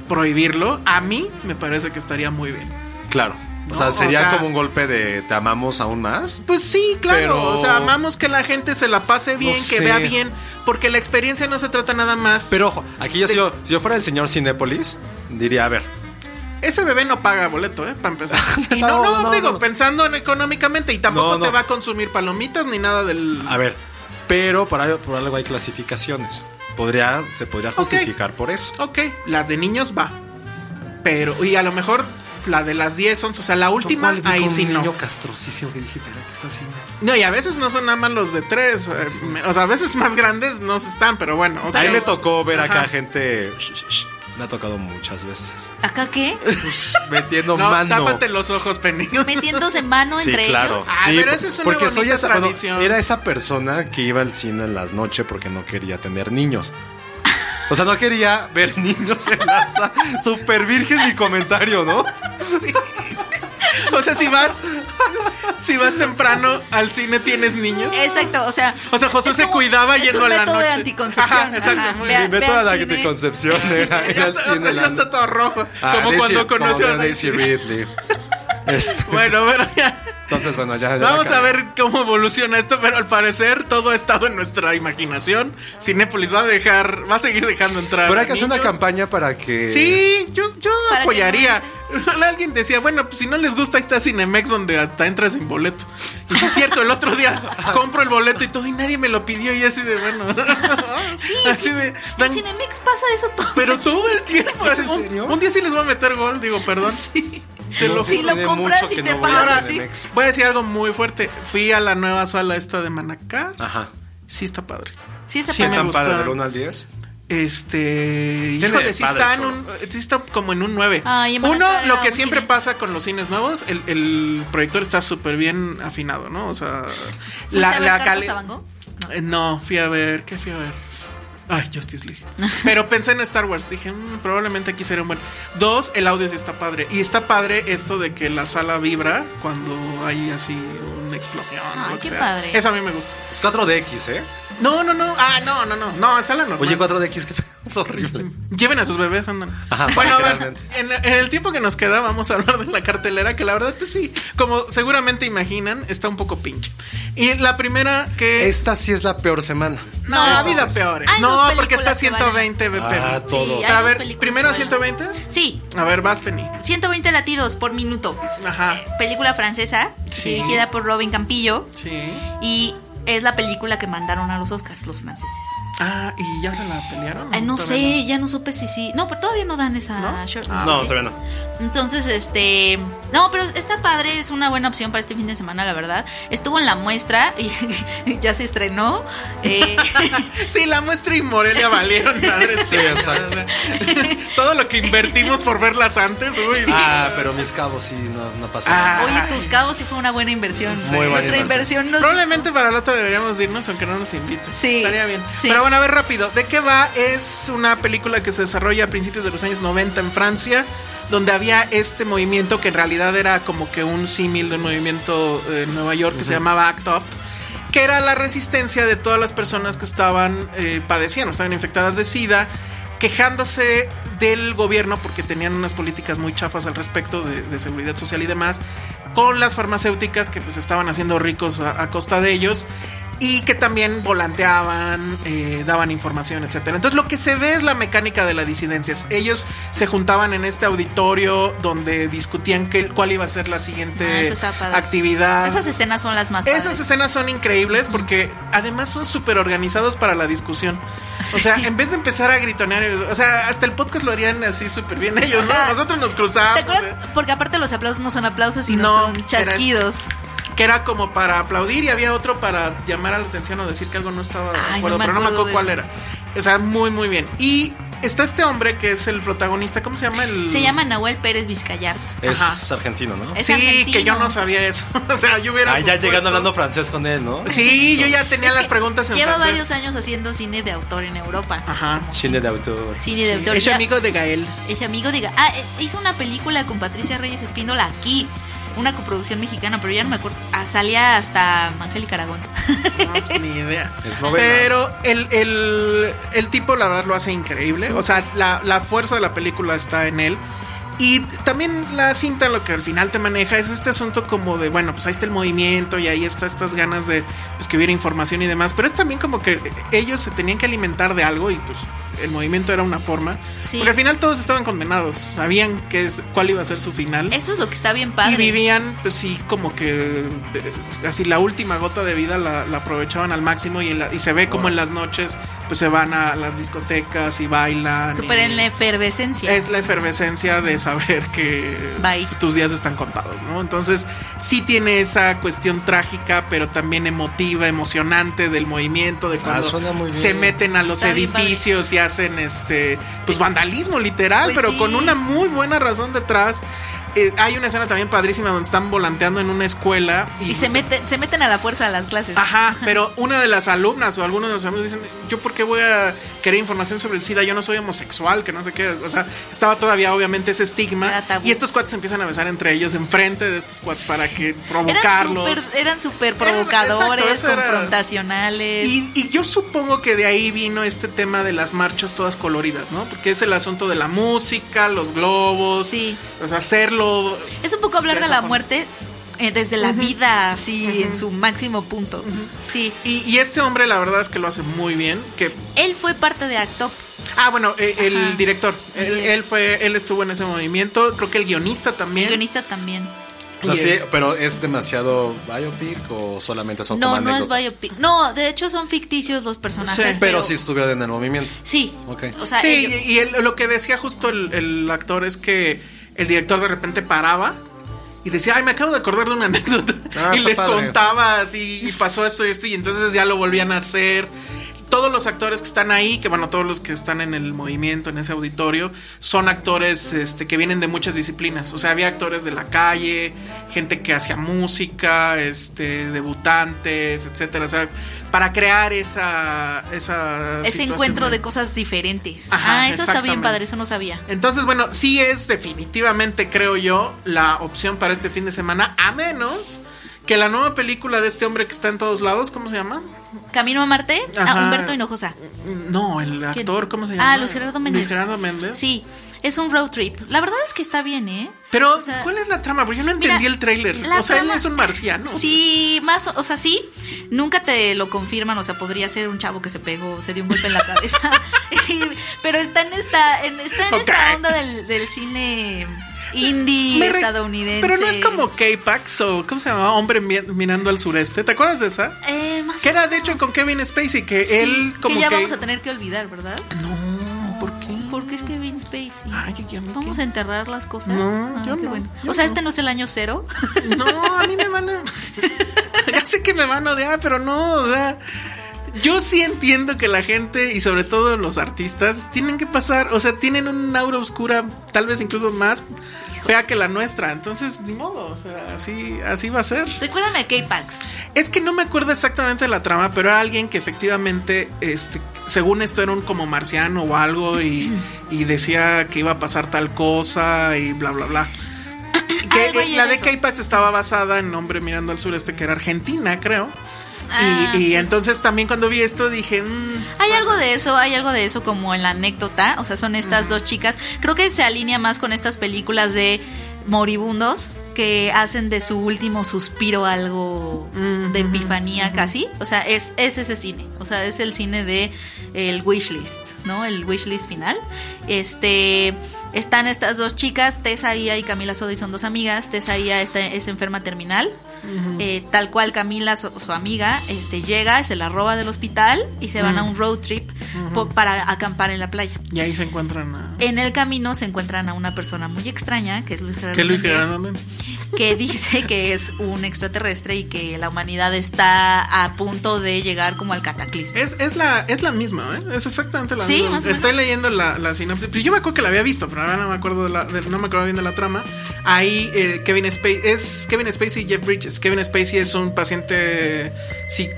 Speaker 6: prohibirlo, a mí me parece que estaría muy bien.
Speaker 5: Claro. O
Speaker 6: No,
Speaker 5: sea,
Speaker 6: o
Speaker 5: sería
Speaker 6: sea-
Speaker 5: como un golpe de te amamos aún más.
Speaker 6: Pues sí, claro.
Speaker 5: Pero-
Speaker 6: O sea, amamos que la gente se la pase bien, que
Speaker 5: sé.
Speaker 6: vea bien, porque la experiencia no se trata nada más.
Speaker 5: Pero ojo, aquí yo si, yo, si yo fuera el señor Cinépolis, diría, a ver,
Speaker 6: Ese bebé no paga boleto, ¿eh? Para empezar. Y no,
Speaker 5: No,
Speaker 6: no,
Speaker 5: no,
Speaker 6: digo,
Speaker 5: no.
Speaker 6: pensando en económicamente. Y tampoco
Speaker 5: No, Ah, no.
Speaker 6: te va a consumir palomitas ni nada del.
Speaker 5: a ver, pero para, por algo hay clasificaciones. Podría, se podría justificar por eso.
Speaker 6: Ok, las de niños va. Pero, y a lo mejor la de las 10, 11, o sea, la última,
Speaker 5: ¿Cuál vi
Speaker 6: ahí
Speaker 5: con
Speaker 6: sí
Speaker 5: un
Speaker 6: no.
Speaker 5: niño castrosísimo que dije, "Pero, ¿qué está haciendo?
Speaker 6: No, y a veces no son nada más los de 3. o sea, a veces más grandes no se están, pero bueno. ok.
Speaker 5: Ahí me tocó ver acá
Speaker 6: Ajá.
Speaker 5: gente. Me ha tocado muchas veces.
Speaker 7: ¿Acá qué?
Speaker 5: Metiendo
Speaker 6: No,
Speaker 5: mano.
Speaker 6: tápate los ojos, Penny.
Speaker 7: Metiéndose mano
Speaker 5: Sí,
Speaker 7: entre
Speaker 5: claro.
Speaker 7: ellos.
Speaker 6: Ah,
Speaker 5: Sí,
Speaker 6: pero esa es una
Speaker 5: porque soy
Speaker 6: bonita
Speaker 5: esa, bueno,
Speaker 6: tradición.
Speaker 5: era esa persona que iba al cine en las noches porque no quería tener niños. O sea, no quería ver niños en la sala. Super virgen mi comentario, ¿no?
Speaker 6: O sea, si vas si vas temprano al cine tienes niños.
Speaker 7: Exacto, o sea.
Speaker 6: O sea, José
Speaker 7: es
Speaker 6: se
Speaker 7: como-
Speaker 6: cuidaba
Speaker 7: es
Speaker 6: yendo
Speaker 7: un
Speaker 6: a la
Speaker 7: método
Speaker 6: noche.
Speaker 7: de anticoncepción.
Speaker 6: Ajá, exacto,
Speaker 7: Ajá,
Speaker 6: muy
Speaker 7: vea-
Speaker 8: Mi
Speaker 6: bien.
Speaker 7: vea
Speaker 8: método
Speaker 7: al
Speaker 8: de
Speaker 7: cine.
Speaker 8: anticoncepción era ir
Speaker 6: Ya
Speaker 8: al
Speaker 6: está,
Speaker 8: cine.
Speaker 6: ya está todo rojo.
Speaker 8: Ah,
Speaker 6: como
Speaker 8: Daisy-
Speaker 6: cuando conoció
Speaker 8: como
Speaker 6: a
Speaker 8: Daisy
Speaker 6: Nancy.
Speaker 8: Ridley. Este,
Speaker 6: Bueno, pero ya.
Speaker 8: entonces, bueno, ya. ya
Speaker 6: Vamos a
Speaker 8: acabé.
Speaker 6: ver cómo evoluciona esto, pero al parecer todo ha estado en nuestra imaginación. Cinépolis va a dejar, va a seguir dejando entrar.
Speaker 8: Pero hay
Speaker 6: a
Speaker 8: que hacer una
Speaker 6: niños.
Speaker 8: campaña para que.
Speaker 6: Sí, yo, yo
Speaker 7: Para que
Speaker 6: apoyaría. Alguien decía, bueno, pues si no les gusta, ahí está Cinemex donde hasta entras sin boleto. Y sí es cierto, el otro día compro el boleto y todo, y nadie me lo pidió, y así de bueno.
Speaker 7: Sí,
Speaker 6: así
Speaker 7: sí,
Speaker 6: de.
Speaker 7: en
Speaker 6: dan-
Speaker 7: Cinemex pasa eso todo.
Speaker 6: pero todo el tiempo.
Speaker 8: ¿Es en
Speaker 6: un-
Speaker 8: serio?
Speaker 6: Un, día sí les voy a meter gol, digo, perdón. Te lo
Speaker 7: si
Speaker 6: juro.
Speaker 7: lo
Speaker 8: Tiene
Speaker 7: compras
Speaker 8: mucho
Speaker 7: y
Speaker 8: que
Speaker 7: te
Speaker 8: no voy a
Speaker 7: pasas así.
Speaker 8: Cinemex.
Speaker 6: Voy a decir algo muy fuerte. Fui a la nueva sala esta de Manacar.
Speaker 8: Ajá.
Speaker 6: Sí está padre.
Speaker 7: Sí, está
Speaker 6: Sí,
Speaker 7: padre.
Speaker 6: me
Speaker 8: tan
Speaker 6: gusta.
Speaker 8: padre del 1 al 10?
Speaker 6: Este.
Speaker 8: Tiene
Speaker 6: Híjole, sí
Speaker 8: padre
Speaker 6: está,
Speaker 8: el
Speaker 6: en un, sí está como en un 9.
Speaker 7: Ay, en
Speaker 6: Uno,
Speaker 7: Manacar
Speaker 6: lo
Speaker 7: era
Speaker 6: que
Speaker 7: un
Speaker 6: siempre
Speaker 7: cine.
Speaker 6: pasa con los cines nuevos, el, el proyector está súper bien afinado, ¿no? O sea,
Speaker 7: ¿Fuiste a ver Carlos
Speaker 6: cali-
Speaker 7: Abango?
Speaker 6: Eh, No, fui a ver. ¿Qué fui a ver? Ay, Justice League. Pero pensé en Star Wars. Dije, "Mm, probablemente aquí sería un buen. Dos, el audio sí está padre. Y está padre esto de que la sala vibra cuando hay así una explosión. o
Speaker 7: Ay,
Speaker 6: lo que
Speaker 7: qué
Speaker 6: sea.
Speaker 7: padre.
Speaker 6: Eso a mí me gusta.
Speaker 8: Es 4DX, ¿eh?
Speaker 6: No, no, no. Ah, no, no, no. No, sala normal.
Speaker 8: Oye, 4DX, que es horrible.
Speaker 6: Lleven a sus bebés, andan.
Speaker 8: Ajá,
Speaker 6: bueno, a ver,
Speaker 8: literalmente.
Speaker 6: en, en el tiempo que nos queda vamos a hablar de la cartelera, que la verdad, pues sí, como seguramente imaginan, está un poco pinche. Y la primera que...
Speaker 8: Esta sí es la peor semana.
Speaker 6: no,
Speaker 7: No.
Speaker 6: ha habido peores.
Speaker 7: Hay
Speaker 6: ¿eh? No,
Speaker 7: dos
Speaker 6: porque está
Speaker 7: películas que valen.
Speaker 6: 120 BPM.
Speaker 8: Ah,
Speaker 7: Sí, hay
Speaker 6: a
Speaker 7: dos
Speaker 6: ver,
Speaker 7: películas
Speaker 6: primero
Speaker 7: que
Speaker 6: 120.
Speaker 7: Sí,
Speaker 6: A ver, vas, Penny.
Speaker 7: 120 latidos por minuto.
Speaker 6: Ajá.
Speaker 7: Eh, película francesa,
Speaker 6: Sí.
Speaker 7: dirigida por Robin Campillo.
Speaker 6: Sí.
Speaker 7: Y es la película que mandaron a los Oscars los franceses.
Speaker 6: Ah, ¿y ya se la pelearon?
Speaker 7: Ay, no
Speaker 6: Todavía
Speaker 7: sé, ya no supe si sí. No, pero todavía no dan esa
Speaker 6: Ah.
Speaker 7: short.
Speaker 8: No, todavía no.
Speaker 7: Entonces, este. No, pero está padre, es una buena opción para este fin de semana, la verdad. Estuvo en la muestra y ya se estrenó. Eh,
Speaker 6: Sí, la muestra y Morelia valieron madre.
Speaker 8: Sí, exacto.
Speaker 6: Todo lo que invertimos por verlas antes, uy.
Speaker 8: Ah, pero mis cabos sí, no, no pasó.
Speaker 6: Ah.
Speaker 7: oye, tus cabos sí fue una buena inversión.
Speaker 8: buena
Speaker 7: Nuestra
Speaker 8: inversión.
Speaker 7: inversión nos.
Speaker 6: Probablemente para la otra deberíamos de irnos, aunque no nos inviten.
Speaker 7: Sí.
Speaker 6: Estaría bien.
Speaker 7: Sí.
Speaker 6: Pero bueno, a ver rápido. ¿De qué va? Es una película que se desarrolla a principios de los años 90 en Francia, donde había este movimiento que en realidad era como que un símil de un movimiento eh, en Nueva York que se llamaba Act Up. Que era la resistencia de todas las personas que estaban eh, padeciendo, estaban infectadas de SIDA, quejándose del gobierno porque tenían unas políticas muy chafas al respecto de, de seguridad social y demás, con las farmacéuticas que pues estaban haciendo ricos a, a costa de ellos y que también volanteaban, eh, daban información, etcétera. Entonces lo que se ve es la mecánica de la disidencia. Ellos se juntaban en este auditorio donde discutían qué- cuál iba a ser la siguiente
Speaker 7: Ah, eso está padre.
Speaker 6: actividad.
Speaker 7: Esas escenas son las más padres.
Speaker 6: Esas escenas son increíbles porque además son súper organizados para la discusión. O sea, en vez de empezar a gritonear, o sea, hasta el podcast lo harían así súper bien ellos, ¿no?
Speaker 7: Ajá.
Speaker 6: Nosotros nos cruzamos.
Speaker 7: ¿Te acuerdas? Porque aparte los aplausos no son aplausos, sino
Speaker 6: No,
Speaker 7: son chasquidos.
Speaker 6: Que era como para aplaudir y había otro para llamar a la atención o decir que algo no estaba de
Speaker 7: Ay,
Speaker 6: acuerdo,
Speaker 7: no me
Speaker 6: pero no me acuerdo
Speaker 7: acuerdo
Speaker 6: cuál
Speaker 7: de
Speaker 6: era. O sea, muy, muy bien. Y está este hombre que es el protagonista, ¿cómo se llama? El...
Speaker 7: Se llama Nahuel Pérez Vizcayart.
Speaker 8: es
Speaker 6: Ajá.
Speaker 8: argentino, ¿no?
Speaker 7: Es
Speaker 6: sí,
Speaker 7: argentino.
Speaker 6: que yo no sabía eso. O sea, yo hubiera.
Speaker 8: Ah, ya llegando
Speaker 6: supuesto-
Speaker 8: hablando francés con él, ¿no?
Speaker 6: Sí, yo ya tenía
Speaker 7: Es
Speaker 6: las
Speaker 7: que
Speaker 6: preguntas en
Speaker 7: Lleva
Speaker 6: francés.
Speaker 7: varios años haciendo cine de autor en Europa.
Speaker 6: Ajá.
Speaker 8: Cine de autor.
Speaker 7: Cine de autor.
Speaker 6: Es
Speaker 7: Ya-
Speaker 6: amigo de Gael.
Speaker 7: ese amigo diga, ah, eh, hizo una película con Patricia Reyes Espíndola aquí, una coproducción mexicana, pero ya no me acuerdo. Ah, salía hasta Angélica Aragón.
Speaker 6: No, pues, ni idea.
Speaker 8: Es novela.
Speaker 6: Pero el, el- el tipo, la verdad, lo hace increíble. O sea, la, la fuerza de la película está en él. Y también la cinta lo que al final te maneja es este asunto como de, bueno, pues ahí está el movimiento y ahí está estas ganas de pues, que hubiera información y demás. Pero es también como que ellos se tenían que alimentar de algo y pues el movimiento era una forma.
Speaker 7: Sí.
Speaker 6: Porque al final todos estaban condenados, sabían qué es, cuál iba a ser su final.
Speaker 7: Eso es lo que está bien padre.
Speaker 6: Y vivían, pues sí, como que eh, así la última gota de vida la, la aprovechaban al máximo y, en la- y se ve como en las noches, pues se van a las discotecas y bailan.
Speaker 7: Súper
Speaker 6: y
Speaker 7: en la efervescencia.
Speaker 6: Es la efervescencia de saber que
Speaker 7: Bye.
Speaker 6: tus días están contados, ¿no? Entonces sí tiene esa cuestión trágica, pero también emotiva, emocionante del movimiento, de cuando
Speaker 8: Ah, suena muy
Speaker 6: se
Speaker 8: bien.
Speaker 6: meten a los
Speaker 7: Está bien padre. Eh,
Speaker 6: edificios y hacen este, pues vandalismo literal,
Speaker 7: Pues
Speaker 6: pero
Speaker 7: sí.
Speaker 6: con una muy buena razón detrás. eh, hay una escena también padrísima donde están volanteando en una escuela y,
Speaker 7: Y se, mete, se meten a la fuerza a las clases.
Speaker 6: Ajá, pero una de las alumnas o algunos de los alumnos dicen, yo por qué voy a querer información sobre el SIDA, yo no soy homosexual, que no sé qué, o sea, estaba todavía obviamente ese estigma
Speaker 7: Era tabú.
Speaker 6: y estos cuates empiezan a besar entre ellos enfrente de estos cuates para que
Speaker 7: Eran
Speaker 6: provocarlos.
Speaker 7: súper eran súper
Speaker 6: Eran-
Speaker 7: provocadores,
Speaker 6: exacto, eso era-
Speaker 7: confrontacionales.
Speaker 6: Y, y yo supongo que de ahí vino este tema de las marchas todas coloridas, ¿no? Porque es el asunto de la música, los globos,
Speaker 7: Sí.
Speaker 6: o sea, hacerlo
Speaker 7: Es un poco hablar
Speaker 6: De
Speaker 7: de,
Speaker 6: esa
Speaker 7: la
Speaker 6: forma.
Speaker 7: muerte eh, desde la vida, así, en su máximo punto. Sí.
Speaker 6: Y, y este hombre, la verdad es que lo hace muy bien. Que,
Speaker 7: Él fue parte de Actop.
Speaker 6: ah, bueno, eh, el
Speaker 7: Ajá.
Speaker 6: director. Él,
Speaker 7: Bien.
Speaker 6: él fue, él estuvo en ese movimiento. Creo que el guionista
Speaker 7: El
Speaker 6: también.
Speaker 7: guionista también.
Speaker 8: O sea,
Speaker 6: Y
Speaker 8: sí,
Speaker 6: es-
Speaker 8: pero es demasiado biopic o solamente son
Speaker 7: No,
Speaker 8: como
Speaker 7: no es
Speaker 8: anécdotas?
Speaker 7: biopic. No, de hecho son ficticios los personajes.
Speaker 6: Sí.
Speaker 7: pero,
Speaker 8: Pero sí estuvieron en el movimiento.
Speaker 7: Sí.
Speaker 8: Ok.
Speaker 7: O sea,
Speaker 6: sí,
Speaker 7: ellos-
Speaker 6: y, y él- lo que decía justo el, el actor es que el director de repente paraba y decía, ay, me acabo de acordar de una anécdota.
Speaker 8: Ah,
Speaker 6: y
Speaker 8: está
Speaker 6: les
Speaker 8: padre.
Speaker 6: contaba así, y pasó esto y esto, y entonces ya lo volvían a hacer. Todos los actores que están ahí, que bueno, todos los que están en el movimiento, en ese auditorio, son actores este, que vienen de muchas disciplinas. O sea, había actores de la calle, gente que hacía música, este, debutantes, etcétera. O sea, para crear esa, esa
Speaker 7: ese
Speaker 6: situación,
Speaker 7: encuentro
Speaker 6: ¿no?
Speaker 7: de cosas diferentes.
Speaker 6: Ajá,
Speaker 7: ah, eso está bien
Speaker 6: exactamente.
Speaker 7: padre, eso no sabía.
Speaker 6: Entonces, bueno, sí es definitivamente, creo yo, la opción para este fin de semana, a menos que la nueva película de este hombre que está en todos lados, ¿cómo se llama?
Speaker 7: Camino a Marte,
Speaker 6: Ajá.
Speaker 7: a Humberto Hinojosa.
Speaker 6: No, el
Speaker 7: ¿Quién?
Speaker 6: actor, ¿cómo se llama?
Speaker 7: Ah, Luis Gerardo Méndez.
Speaker 6: Luis Gerardo Méndez.
Speaker 7: Sí, es un road trip. La verdad es que está bien, ¿eh?
Speaker 6: Pero,
Speaker 7: O sea,
Speaker 6: ¿cuál es la trama? Porque yo no
Speaker 7: Mira,
Speaker 6: entendí el tráiler.
Speaker 7: la
Speaker 6: O sea,
Speaker 7: trama-
Speaker 6: él es un marciano.
Speaker 7: Sí, más, o sea, sí, nunca te lo confirman, o sea, podría ser un chavo que se pegó, se dio un golpe en la cabeza, pero está en esta, en, está en
Speaker 6: Ok.
Speaker 7: esta onda del, del cine indie
Speaker 6: Me re-
Speaker 7: estadounidense.
Speaker 6: Pero no es como K-Pax o, ¿cómo se llamaba? Hombre mi- mirando al sureste. ¿Te acuerdas de esa?
Speaker 7: Eh, más
Speaker 6: Que
Speaker 7: o
Speaker 6: era, de hecho,
Speaker 7: menos.
Speaker 6: con Kevin Spacey, que
Speaker 7: Sí,
Speaker 6: él como
Speaker 7: que
Speaker 6: que...
Speaker 7: ya vamos a tener que olvidar, ¿verdad?
Speaker 6: No, ¿por qué?
Speaker 7: Porque es Kevin Spacey.
Speaker 6: Ay, ¿y a mí
Speaker 7: vamos
Speaker 6: qué?
Speaker 7: a enterrar las cosas.
Speaker 6: No, yo
Speaker 7: qué
Speaker 6: no,
Speaker 7: bueno.
Speaker 6: yo
Speaker 7: o sea,
Speaker 6: no.
Speaker 7: este no es el año cero.
Speaker 6: No, a mí me van a. ya sé que me van a odiar, pero no, o sea. Yo sí entiendo que la gente y sobre todo los artistas tienen que pasar, o sea, tienen una aura oscura, tal vez incluso más fea que la nuestra. Entonces, ni modo, o sea, así, así va a ser.
Speaker 7: Recuérdame a K-Pax.
Speaker 6: Es que no me acuerdo exactamente de la trama, pero era alguien que efectivamente, este, según esto, era un como marciano o algo y, y decía que iba a pasar tal cosa y bla, bla, bla. Que,
Speaker 7: Algo
Speaker 6: eh,
Speaker 7: hay en
Speaker 6: la de
Speaker 7: eso.
Speaker 6: K-Pax estaba basada en Hombre Mirando al Sureste, que era Argentina, creo.
Speaker 7: Ah,
Speaker 6: y y
Speaker 7: sí.
Speaker 6: entonces también cuando vi esto dije... mm,
Speaker 7: Hay algo de eso, hay algo de eso como en la anécdota, o sea, son estas dos chicas. Creo que se alinea más con estas películas de moribundos que hacen de su último suspiro algo de epifanía casi. O sea, es, es ese cine, o sea, es el cine de el wishlist, ¿no? El wishlist final. Este están estas dos chicas, Tessaía y Camila Sodi son dos amigas. Tessaía está, es enferma terminal. Eh, tal cual Camila, su, su amiga, este, llega, se la roba del hospital y se van a un road trip po- para acampar en la playa.
Speaker 6: Y ahí se encuentran a...
Speaker 7: En el camino se encuentran a una persona muy extraña, que es Luis Gerardo
Speaker 6: Que Luis
Speaker 7: Méndez,
Speaker 6: Gerardo Méndez.
Speaker 7: que dice que es un extraterrestre y que la humanidad está a punto de llegar como al cataclismo.
Speaker 6: Es, es, la, es la misma, ¿eh? Es exactamente la
Speaker 7: Sí,
Speaker 6: misma.
Speaker 7: más o
Speaker 6: Estoy leyendo la, la sinopsis. Pero Yo me acuerdo que la había visto, pero ahora no me acuerdo, de la, de- no me acuerdo bien de la trama. Ahí eh, Kevin Spacey es Kevin Spacey y Jeff Bridges. Kevin Spacey es un paciente psi-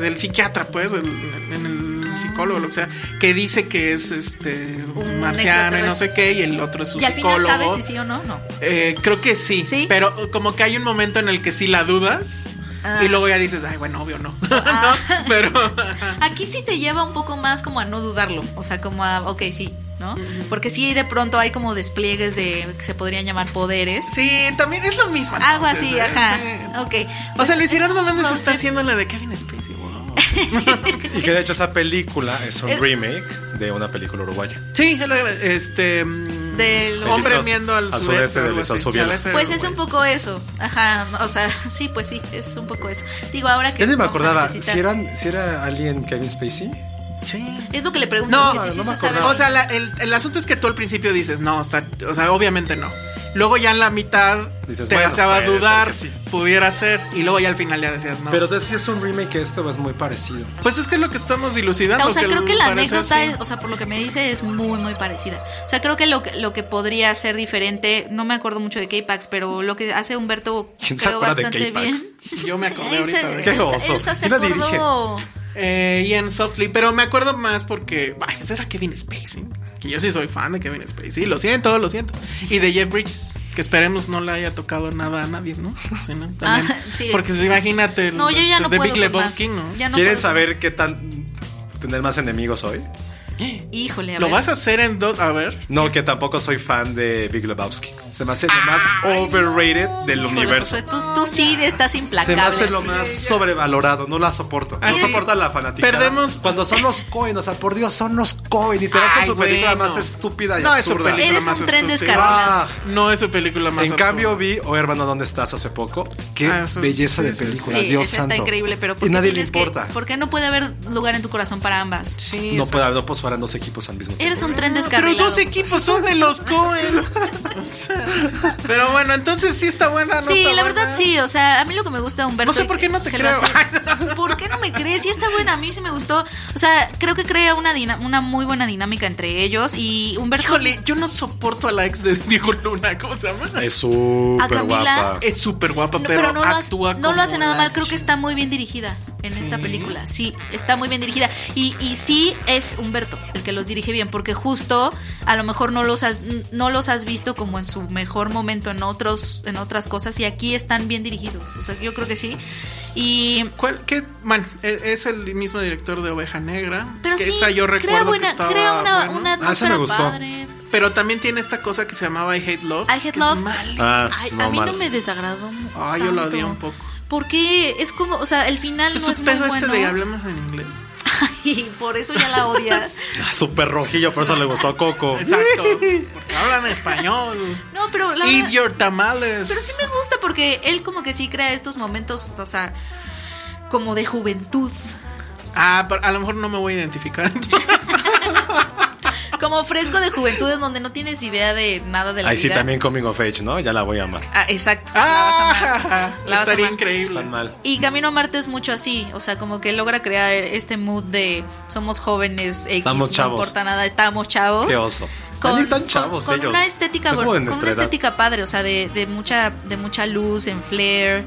Speaker 6: del psiquiatra, pues, del- en
Speaker 7: Ah.
Speaker 6: el psicólogo, lo que sea, que dice que es este un
Speaker 7: Un
Speaker 6: marciano y no sé qué, y el otro es su
Speaker 7: Y al final
Speaker 6: psicólogo.
Speaker 7: sabes si sí o no, no.
Speaker 6: Eh, creo que sí,
Speaker 7: ¿Sí?
Speaker 6: pero como que hay un momento en el que sí la dudas
Speaker 7: Ah.
Speaker 6: y luego ya dices, ay, bueno, obvio no,
Speaker 7: Ah.
Speaker 6: ¿No? pero
Speaker 7: Aquí sí te lleva un poco más como a no dudarlo, o sea, como a, ok, sí, ¿no? Porque sí, de pronto hay como despliegues de, que se podrían llamar poderes.
Speaker 6: Sí, también es lo mismo.
Speaker 7: Algo
Speaker 6: entonces,
Speaker 7: así,
Speaker 6: ¿eh?
Speaker 7: ajá.
Speaker 6: Sí.
Speaker 7: Ok. Pues, eh,
Speaker 6: O sea, Luis Gerardo Méndez
Speaker 7: Entonces-
Speaker 6: está haciendo la de Kevin Spacey, wow.
Speaker 8: Y que de hecho esa película es un
Speaker 7: El-
Speaker 8: remake de una película uruguaya.
Speaker 6: Sí, él, este. mm,
Speaker 7: Del-
Speaker 6: hombre
Speaker 8: Eliseo-
Speaker 6: viendo al,
Speaker 8: al sureste de
Speaker 6: algo
Speaker 8: Eliseo
Speaker 6: así.
Speaker 8: Sobiela.
Speaker 6: Ya ves,
Speaker 7: Pues es
Speaker 6: güey.
Speaker 7: un poco eso. Ajá. O sea, sí, pues sí, es un poco eso. Digo, ahora que.
Speaker 8: Ya ni me
Speaker 7: vamos a
Speaker 8: acordaba,
Speaker 7: necesitar-
Speaker 8: si, eran, si era Alien Kevin Spacey.
Speaker 6: Sí.
Speaker 7: Es lo que le pregunto.
Speaker 6: No,
Speaker 7: que si
Speaker 8: no
Speaker 7: sí
Speaker 8: me
Speaker 7: se sabe.
Speaker 8: acordaba.
Speaker 6: O sea, la- el, el asunto es que tú al principio dices, no, está. O sea, obviamente no. Luego ya en la mitad
Speaker 5: Dices,
Speaker 6: te
Speaker 5: bueno,
Speaker 6: hacía
Speaker 5: puede ser
Speaker 6: dudar
Speaker 5: que sí.
Speaker 6: pudiera ser. Y luego ya al final ya decías, no.
Speaker 5: Pero entonces sí es un remake este o es muy parecido.
Speaker 6: pues es que es lo que estamos dilucidando.
Speaker 7: O sea, creo que la
Speaker 6: al parecer
Speaker 7: anécdota,
Speaker 6: sí.
Speaker 7: es- o sea, por lo que me dice, es muy, muy parecida. O sea, creo que lo que, lo que podría ser diferente, no me acuerdo mucho de K-Pax, pero lo que hace Humberto
Speaker 5: ¿Quién se
Speaker 7: creo
Speaker 5: acuerda de
Speaker 7: bastante
Speaker 5: K-Pax?
Speaker 7: bien.
Speaker 6: Yo me acordé
Speaker 7: Él
Speaker 6: ahorita
Speaker 7: se-
Speaker 6: de-
Speaker 7: él
Speaker 5: Qué
Speaker 7: se-
Speaker 5: oso.
Speaker 7: él se
Speaker 5: ¿Quién la dirige?
Speaker 7: acordó.
Speaker 6: Eh, Ian Softly, pero me acuerdo más porque. Ay, ese era Kevin Spacey. Que yo sí soy fan de Kevin Spacey. Lo siento, lo siento. Y de Jeff Bridges. Que esperemos no le haya tocado nada a nadie, ¿no? Sí, ¿no? También.
Speaker 7: Ah, sí.
Speaker 6: Porque si imagínate. el-
Speaker 7: No, yo ya
Speaker 6: este,
Speaker 7: no
Speaker 6: de
Speaker 7: puedo.
Speaker 6: Big
Speaker 7: con
Speaker 6: Lebowski,
Speaker 7: más.
Speaker 6: ¿no?
Speaker 7: Ya no
Speaker 5: ¿Quieren
Speaker 7: puedo.
Speaker 5: saber qué tal tener más enemigos hoy?
Speaker 7: Híjole, a
Speaker 6: Lo
Speaker 7: ver.
Speaker 6: vas a hacer en dos. A ver.
Speaker 5: No, que tampoco soy fan de Big Lebowski. Se me hace lo más overrated del
Speaker 7: Híjole,
Speaker 5: universo.
Speaker 7: Josué, tú, tú sí estás
Speaker 5: Se
Speaker 7: implacable.
Speaker 5: me hace lo
Speaker 7: así.
Speaker 5: más sobrevalorado, no la soporto. No
Speaker 6: Así es.
Speaker 5: soporta la fanática.
Speaker 6: Perdemos-
Speaker 5: Cuando son los Cohen, o sea, por Dios, son los Cohen y te das con
Speaker 6: Ay,
Speaker 5: su película
Speaker 6: bueno.
Speaker 5: más estúpida y
Speaker 6: No, es su
Speaker 5: absurda.
Speaker 6: película
Speaker 7: Eres
Speaker 6: más
Speaker 7: un tren
Speaker 6: absurda.
Speaker 7: descarrilado.
Speaker 6: Ah, No es su película más
Speaker 5: en
Speaker 6: absurda.
Speaker 5: cambio vi Oh hermano, ¿dónde estás? hace poco. Qué
Speaker 6: Ah, eso es-
Speaker 5: belleza
Speaker 6: sí,
Speaker 5: de
Speaker 6: sí, sí.
Speaker 5: película,
Speaker 7: Sí,
Speaker 5: Dios
Speaker 7: esa
Speaker 5: santo.
Speaker 7: está increíble, pero ¿por
Speaker 5: y
Speaker 7: qué
Speaker 5: nadie le
Speaker 7: tienes que-
Speaker 5: importa.
Speaker 7: ¿Por qué no puede haber lugar en tu corazón para ambas?
Speaker 6: Sí,
Speaker 5: no
Speaker 6: o sea,
Speaker 5: puede haber dos jugar en dos equipos al mismo tiempo.
Speaker 7: Eres un tren
Speaker 6: Pero
Speaker 7: descarrilado.
Speaker 6: dos equipos son de los Cohen. O sea, pero bueno, entonces sí está buena, ¿no?
Speaker 7: Sí,
Speaker 6: está
Speaker 7: la
Speaker 6: buena?
Speaker 7: verdad sí, o sea, a mí lo que me gusta de Humberto.
Speaker 6: No sé por qué no te
Speaker 7: que lo
Speaker 6: creo.
Speaker 7: hace- ¿Por qué no me crees? Sí está buena, a mí sí me gustó. O sea, creo que crea una, dina- una muy buena dinámica entre ellos y Humberto.
Speaker 6: Híjole, yo no soporto a la ex de Diego Luna, ¿cómo se llama?
Speaker 5: Es súper
Speaker 7: Camila?
Speaker 5: guapa.
Speaker 6: Es súper guapa,
Speaker 7: No,
Speaker 6: pero,
Speaker 7: pero no, lo hace,
Speaker 6: actúa
Speaker 7: no lo hace
Speaker 6: como
Speaker 7: nada
Speaker 6: la
Speaker 7: mal, creo que está muy bien dirigida en esta película. Sí, está muy bien dirigida. Y, y sí es Humberto el que los dirige bien, porque justo a lo mejor no los has, no los has visto como en su mejor momento en otros, en otras cosas, y aquí están bien dirigidos. O sea, yo creo que sí. Y
Speaker 6: ¿Cuál? ¿Qué? Bueno, e- es el mismo director de Oveja Negra.
Speaker 7: pero
Speaker 6: que
Speaker 7: sí,
Speaker 6: esa yo recuerdo
Speaker 7: crea, buena-
Speaker 6: que estaba
Speaker 7: crea una,
Speaker 6: bueno.
Speaker 7: una
Speaker 5: Ah, esa me
Speaker 7: atmósfera
Speaker 5: gustó.
Speaker 7: padre.
Speaker 6: Pero también tiene esta cosa que se llamaba I Hate Love.
Speaker 7: I Hate
Speaker 6: que es
Speaker 7: Love.
Speaker 6: mal-
Speaker 5: Ah,
Speaker 7: Ay,
Speaker 5: no,
Speaker 7: a mí no
Speaker 5: mal.
Speaker 7: me desagradó. mu-
Speaker 6: Ay, yo lo
Speaker 7: tanto.
Speaker 6: odié un poco.
Speaker 7: Porque es como, o sea, el final
Speaker 6: Es
Speaker 7: no
Speaker 6: un
Speaker 7: es muy
Speaker 6: pedo
Speaker 7: bueno.
Speaker 6: este de hablamos en inglés.
Speaker 7: Ay, por eso ya la odias.
Speaker 5: Ah, Súper rojillo, por eso le gustó a Coco.
Speaker 6: Exacto. porque hablan español.
Speaker 7: No, pero la
Speaker 6: Eat
Speaker 7: verdad-
Speaker 6: your tamales.
Speaker 7: Pero sí me gusta porque él como que sí crea estos momentos, o sea, como de juventud.
Speaker 6: Ah, pero a lo mejor no me voy a identificar. entonces.
Speaker 7: Como fresco de juventud en donde no tienes idea de nada de la
Speaker 5: Ahí sí
Speaker 7: vida.
Speaker 5: también Coming of Age, ¿no? Ya la voy a amar.
Speaker 7: Ah, exacto. la vas a amar, o sea,
Speaker 6: ah,
Speaker 7: la vas a
Speaker 6: estaría
Speaker 7: amar.
Speaker 6: increíble.
Speaker 5: Están mal.
Speaker 7: Y Camino a Marte es mucho así, o sea, como que logra crear este mood de somos jóvenes, X,
Speaker 5: Estamos
Speaker 7: no
Speaker 5: chavos.
Speaker 7: importa nada, estamos chavos.
Speaker 5: Qué oso. Ni están chavos
Speaker 7: con
Speaker 5: ellos.
Speaker 7: una estética,
Speaker 5: Son como de
Speaker 7: con una
Speaker 5: nuestra edad.
Speaker 7: estética padre, o sea, de, de mucha de mucha luz, en flare,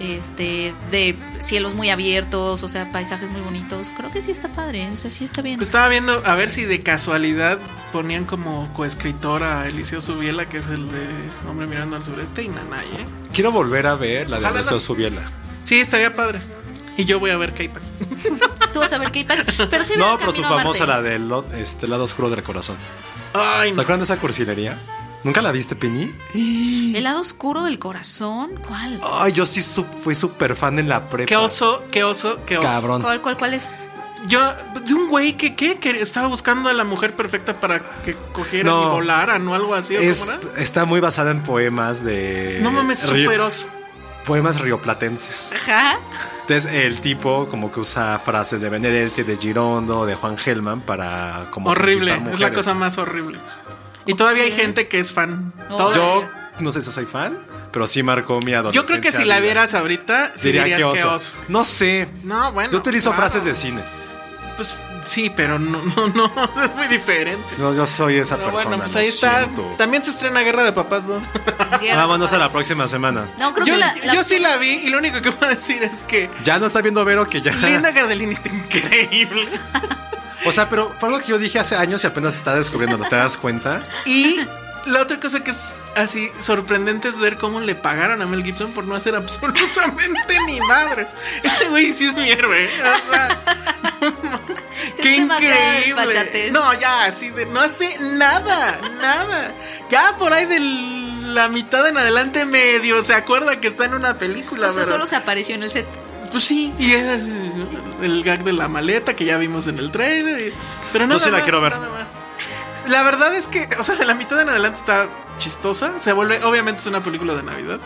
Speaker 7: este, de cielos muy abiertos, o sea, paisajes muy bonitos. Creo que sí está padre, ¿eh? o sea, sí está bien.
Speaker 6: Pues Estaba viendo a ver si de casualidad ponían como coescritora a Eliseo Subiela, que es el de Hombre Mirando al Sureste, y Nanay, ¿eh?
Speaker 5: Quiero volver a ver la de
Speaker 6: Ojalá
Speaker 5: Alonso
Speaker 6: las-
Speaker 5: Subiela.
Speaker 6: Sí, estaría padre. Y yo voy a ver k
Speaker 7: Tú vas a ver K-Pax, pero sí vean
Speaker 5: No, pero su
Speaker 7: Camino a Marte.
Speaker 5: famosa, la del lo- este, lado oscuro del corazón.
Speaker 6: Ay,
Speaker 5: ¿Se
Speaker 6: no.
Speaker 5: acuerdan de esa cursilería? ¿Nunca la viste, Penny?
Speaker 7: El lado oscuro del corazón, ¿cuál?
Speaker 5: Ay, yo sí su- fui súper fan en la prepa.
Speaker 6: Qué oso, qué oso, qué oso.
Speaker 5: Cabrón.
Speaker 7: ¿Cuál cuál cuál es?
Speaker 6: Yo, de un güey que, ¿qué? Que estaba buscando a la mujer perfecta para que cogieran
Speaker 5: No.
Speaker 6: y volaran o algo así. ¿o cómo
Speaker 5: Es- eh,
Speaker 6: era?
Speaker 5: está muy basada en poemas de.
Speaker 6: No mames,
Speaker 5: río-
Speaker 6: super oso.
Speaker 5: Poemas rioplatenses.
Speaker 7: Ajá.
Speaker 5: Entonces, el tipo como que usa frases de Benedetti, de Girondo, de Juan Hellman para como.
Speaker 6: Horrible,
Speaker 5: conquistar
Speaker 6: es la
Speaker 5: mujeres.
Speaker 6: cosa más horrible. Y todavía hay gente que es fan.
Speaker 7: No.
Speaker 6: Todavía.
Speaker 5: Yo no sé si soy fan, pero sí marcó mi adolescencia.
Speaker 6: Yo creo que si la
Speaker 5: vida.
Speaker 6: vieras ahorita, sí
Speaker 5: diría
Speaker 6: dirías
Speaker 5: que oso.
Speaker 6: oso.
Speaker 5: No sé.
Speaker 6: No, bueno,
Speaker 5: Yo utilizo
Speaker 6: claro.
Speaker 5: frases de cine.
Speaker 6: Pues sí, pero no, no, no, es muy diferente.
Speaker 5: No, yo soy esa
Speaker 6: Pero
Speaker 5: persona.
Speaker 6: bueno, pues
Speaker 5: lo
Speaker 6: ahí está.
Speaker 5: siento.
Speaker 6: También se estrena Guerra de Papás 2. Ah,
Speaker 7: Guerra.
Speaker 5: Vámonos a la próxima semana.
Speaker 7: No, creo
Speaker 6: yo
Speaker 7: que la, la
Speaker 6: yo sí la vi y lo único que puedo decir es que
Speaker 5: Ya no está viendo Vero que ya.
Speaker 6: Linda Gardelini está increíble.
Speaker 5: O sea, pero fue algo que yo dije hace años y apenas está descubriendo. ¿Te das cuenta?
Speaker 6: Y la otra cosa que es así sorprendente es ver cómo le pagaron a Mel Gibson por no hacer absolutamente ni madres. Ese güey sí es mi héroe. ¿eh? o sea, qué
Speaker 7: Es demasiada
Speaker 6: increíble.
Speaker 7: desfachatez.
Speaker 6: No, ya, así de. No hace nada, nada. Ya por ahí de la mitad en adelante medio se acuerda que está en una película,
Speaker 7: O sea,
Speaker 6: pero-
Speaker 7: solo se apareció en el set.
Speaker 6: Pues sí, y es así, el gag de la maleta que ya vimos en el trailer. y- Pero no
Speaker 5: Yo sí la quiero ver.
Speaker 6: La verdad es que, o sea, de la mitad en adelante está chistosa. Se vuelve, obviamente es una película de Navidad.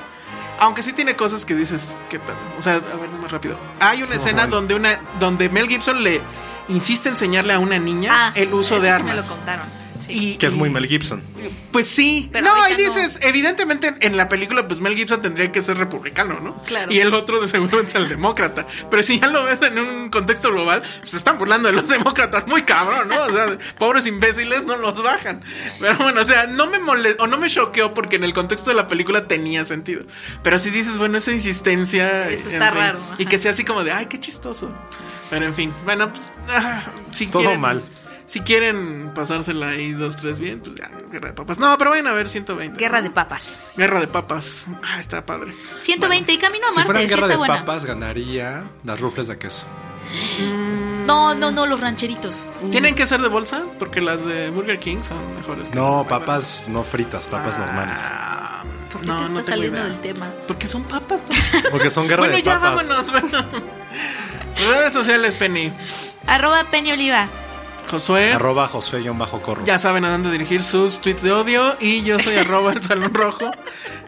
Speaker 6: Aunque sí tiene cosas que dices, ¿qué tal? O sea, a ver, más rápido. Hay una escena donde, una, donde Mel Gibson le insiste enseñarle a una niña el uso
Speaker 7: Ah, ese
Speaker 6: de
Speaker 7: Sí me
Speaker 6: armas.
Speaker 7: lo contaron. Sí.
Speaker 6: Y-
Speaker 8: Que es muy
Speaker 6: y-
Speaker 8: Mel Gibson.
Speaker 6: Pues sí.
Speaker 7: Pero
Speaker 6: no, ahí
Speaker 7: ahorita no.
Speaker 6: dices, evidentemente en la película, pues Mel Gibson tendría que ser republicano, ¿no?
Speaker 7: Claro.
Speaker 6: Y el otro de seguro es el demócrata. Pero si ya lo ves en un contexto global, pues se están burlando de los demócratas muy cabrón, ¿no? O sea, pobres imbéciles no los bajan. Pero bueno, o sea, no me molestó o no me choqueó porque en el contexto de la película tenía sentido. Pero si dices, bueno, esa insistencia.
Speaker 7: Eso
Speaker 6: en
Speaker 7: está
Speaker 6: fin,
Speaker 7: raro,
Speaker 6: Y
Speaker 7: ajá.
Speaker 6: que sea así como de, ay, qué chistoso. Pero en fin, bueno, pues. ah, si
Speaker 8: Todo
Speaker 6: quieren-
Speaker 8: mal.
Speaker 6: si quieren pasársela ahí dos, tres bien, pues ya, guerra de papas. No, pero vayan a ver 120.
Speaker 7: Guerra
Speaker 6: ¿no?
Speaker 7: de papas.
Speaker 6: Guerra de papas. Ah, está padre.
Speaker 7: 120 y camino a
Speaker 8: Si fuera
Speaker 7: Marte, sí
Speaker 8: guerra
Speaker 7: está
Speaker 8: de
Speaker 7: buena.
Speaker 8: papas, ganaría las rufles de queso.
Speaker 7: No, no, no, los rancheritos.
Speaker 6: ¿Tienen que ser de bolsa? Porque las de Burger King son mejores. que
Speaker 8: No,
Speaker 6: las de
Speaker 8: papas no fritas, papas normales.
Speaker 6: Ah,
Speaker 7: ¿Por qué
Speaker 6: no,
Speaker 7: te
Speaker 6: no
Speaker 7: estás
Speaker 6: tengo
Speaker 7: saliendo
Speaker 6: idea.
Speaker 7: del tema?
Speaker 6: Porque son papas.
Speaker 8: Porque son guerra
Speaker 6: bueno,
Speaker 8: de
Speaker 6: ya
Speaker 8: papas.
Speaker 6: vámonos. Bueno. Redes sociales, Penny.
Speaker 7: Arroba Peña Oliva.
Speaker 6: Josué.
Speaker 8: Arroba Josué-Corro.
Speaker 6: Ya saben a dónde dirigir sus tweets de odio. Y yo soy arroba el salón rojo.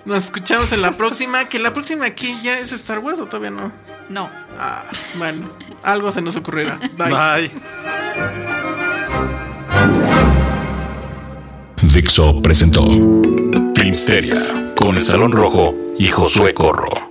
Speaker 6: Nos escuchamos en la próxima. Que la próxima aquí ya es Star Wars o todavía no.
Speaker 7: No.
Speaker 6: Ah, bueno, algo se nos ocurrirá. Bye.
Speaker 8: Bye.
Speaker 4: Dixo presentó Filmsteria con el Salón Rojo y Josué Corro.